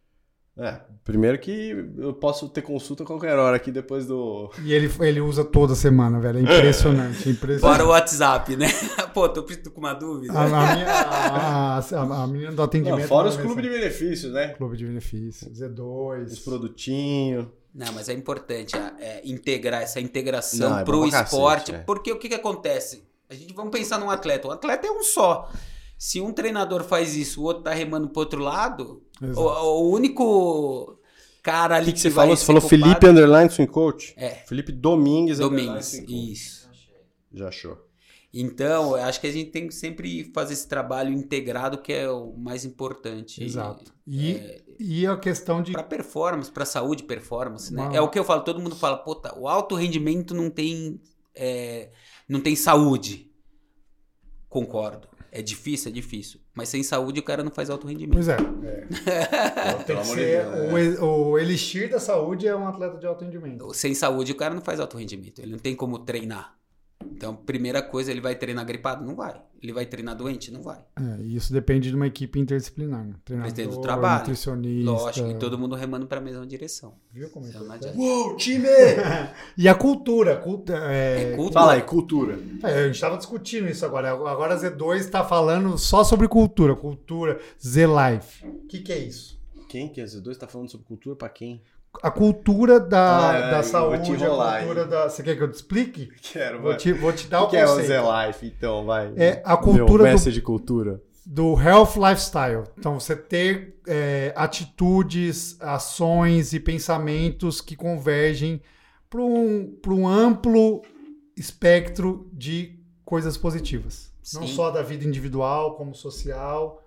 É, primeiro que eu posso ter consulta a qualquer hora aqui depois do.
E ele, ele usa toda semana, velho. É impressionante. é impressionante.
Para o WhatsApp, né? [LAUGHS] Pô, tô, tô com uma dúvida.
A, a minha- a- a- a menina do atendimento.
Não, fora os
mandou
clubes de benefícios, né?
mensagem. Clube de benefícios, é
Os
Z2.
produtinhos.
Não, mas é importante ah, é, integrar essa integração
Não, é
pro
bom pra
esporte,
cacete, é.
porque o que, que acontece? A gente vamos pensar num atleta. O atleta é um só. Se um treinador faz isso, o outro tá remando pro outro lado, o,
Exato.
o único cara
O
É ali
que, que você
vai
falou? Você
ser
falou
culpado-
Felipe Underline Swing Coach?
É.
Felipe Domingues underline
Domingues,
swing coach.
isso.
Já achou.
Então, eu acho que a gente tem que sempre fazer esse trabalho integrado, que é o mais importante.
Exato. E,
é,
e a questão de.
Para performance, para saúde, performance, né?
Uau.
É o que eu falo, todo mundo fala, puta, o alto rendimento não tem, é, não tem saúde. Concordo. É difícil, é difícil. Mas sem saúde o cara não faz alto rendimento.
Pois é.
Pelo
Tem que
amor de
ser, um
Deus,
o,
né?
e- o elixir da saúde é um atleta de alto rendimento.
Sem saúde o cara não faz alto rendimento. Ele não tem como treinar. Então, primeira coisa, ele vai treinar gripado? Não vai. Ele vai treinar doente? Não vai.
É, e isso depende de uma equipe interdisciplinar. Né?
Depende do
Treinador,
trabalho.
nutricionista.
Lógico, então, e todo mundo remando para a mesma direção.
Viu como é que
Então, não
é?
adianta.
Uou, time!
E a cultura. cultu- é,
É culto,
Fala aí, cultura.
é, a gente estava discutindo isso agora. Agora a Z2 está falando só sobre cultura. Cultura, Z-Life. O que, que é isso?
Quem que é Z2 está falando sobre cultura pra quem?
A cultura da,
Ah, é,
da
eu vou te
saúde,
enrolar
a cultura
aí.
da. Você quer que eu te explique?
Quero,
Vou te, vou te dar o
O que é o
conceito.
Z Life, então, vai?
É a
Meu
cultura do
mestre de cultura.
do health lifestyle. Então, você ter é, atitudes, ações e pensamentos que convergem para um, pra um amplo espectro de coisas positivas. Não
Sim.
só da vida individual, como social,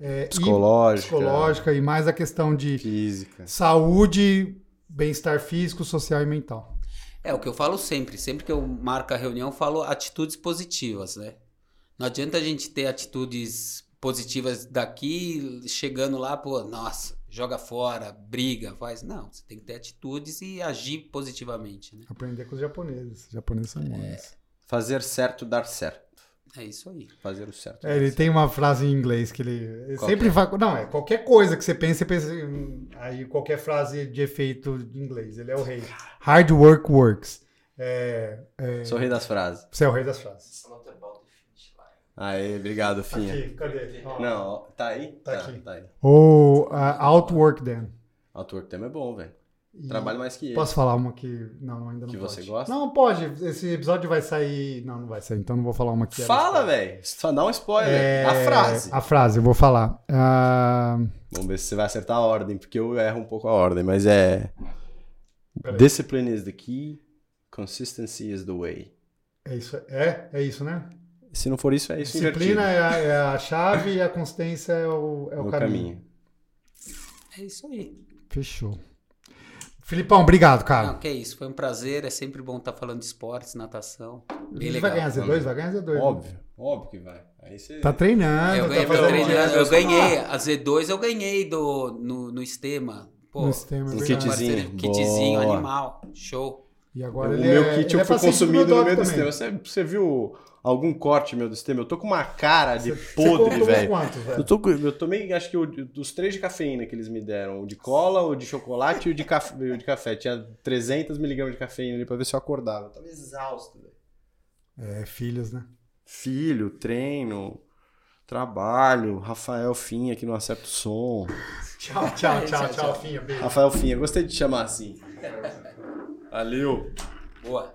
é, e
Psicológica.
psicológica, e mais a questão de
Física.
saúde, bem-estar físico, social e mental.
É o que eu falo sempre. Sempre que eu marco a reunião, eu falo atitudes positivas, né? Não adianta a gente ter atitudes positivas daqui, chegando lá, pô, nossa, joga fora, briga, faz. Não, você tem que ter atitudes e agir positivamente, né?
Aprender com os japoneses. Os japoneses são bons.
Fazer certo, dar certo.
É isso aí.
Fazer o certo.
É, ele tem uma frase em inglês que ele, ele
Qual
sempre fala. Não, é qualquer coisa que você pensa, você pensa. em- Aí qualquer frase de efeito de inglês. Ele é o rei. Hard work works. É,
Sorri das frases.
você é o rei das frases.
Aê, obrigado, Finha.
Tá Aqui, cadê? Ó.
Não, ó, tá aí?
Tá aqui.
Tá aí.
Ou ah, outwork them.
Outwork Tema é bom, velho.
E
Trabalho mais que eu.
Posso falar uma que. Não, ainda não
Que
pode.
você gosta?
Não, pode. Esse episódio vai sair. Não, não vai sair. Então não vou falar uma que era
Fala,
spoiler.
velho. Só dá um spoiler.
É,
A frase.
A frase, eu vou falar. Ah,
Vamos ver se você vai acertar a ordem, porque eu erro um pouco a ordem, mas é.
Peraí.
Discipline is the key, consistency is the way.
é, isso, é, é isso, né?
Se não for isso, é isso invertido.
Disciplina é a, é a chave e a consistência é o, é o
no
caminho.
caminho.
É isso aí.
Fechou. Filipão, obrigado, cara.
Não, que é isso. Foi um prazer. É sempre bom estar falando de esportes, natação. Bem
Ele
legal.
vai ganhar Z2? Vai ganhar Z2. né?
Óbvio. Óbvio que vai. Aí você.
Tá treinando.
É, Eu
tá
ganhei, meu
fazendo
treino,
dieta,
eu
só-
ganhei. A Z2 eu ganhei do, no, no Estema. Pô,
No Estema, é
um
verdade.
kitzinho.
Boa.
Kitzinho animal. Show.
E agora
o
ele
meu
é,
kit
ele
eu
é
fui
paciente
consumido no
doc
meio do
também.
sistema. Você, você viu algum corte meu do sistema? Eu tô com uma cara de
Você
podre,
contou
velho.
quantos,
Eu,
velho?
tô, com- eu tomei, acho que o, dos três de cafeína que eles me deram, o de cola, o de chocolate e o de, caf- [LAUGHS] e o de café. Tinha 300 miligramas de cafeína ali pra ver se eu acordava. Eu tava exausto, velho.
É, filhos, né?
Filho, treino, trabalho, Rafael Finha que não acerta o som.
Tchau, tchau, tchau,
tchau,
tchau, Finha. Beijo.
Rafael Finha, gostei de chamar assim. Valeu.
Boa.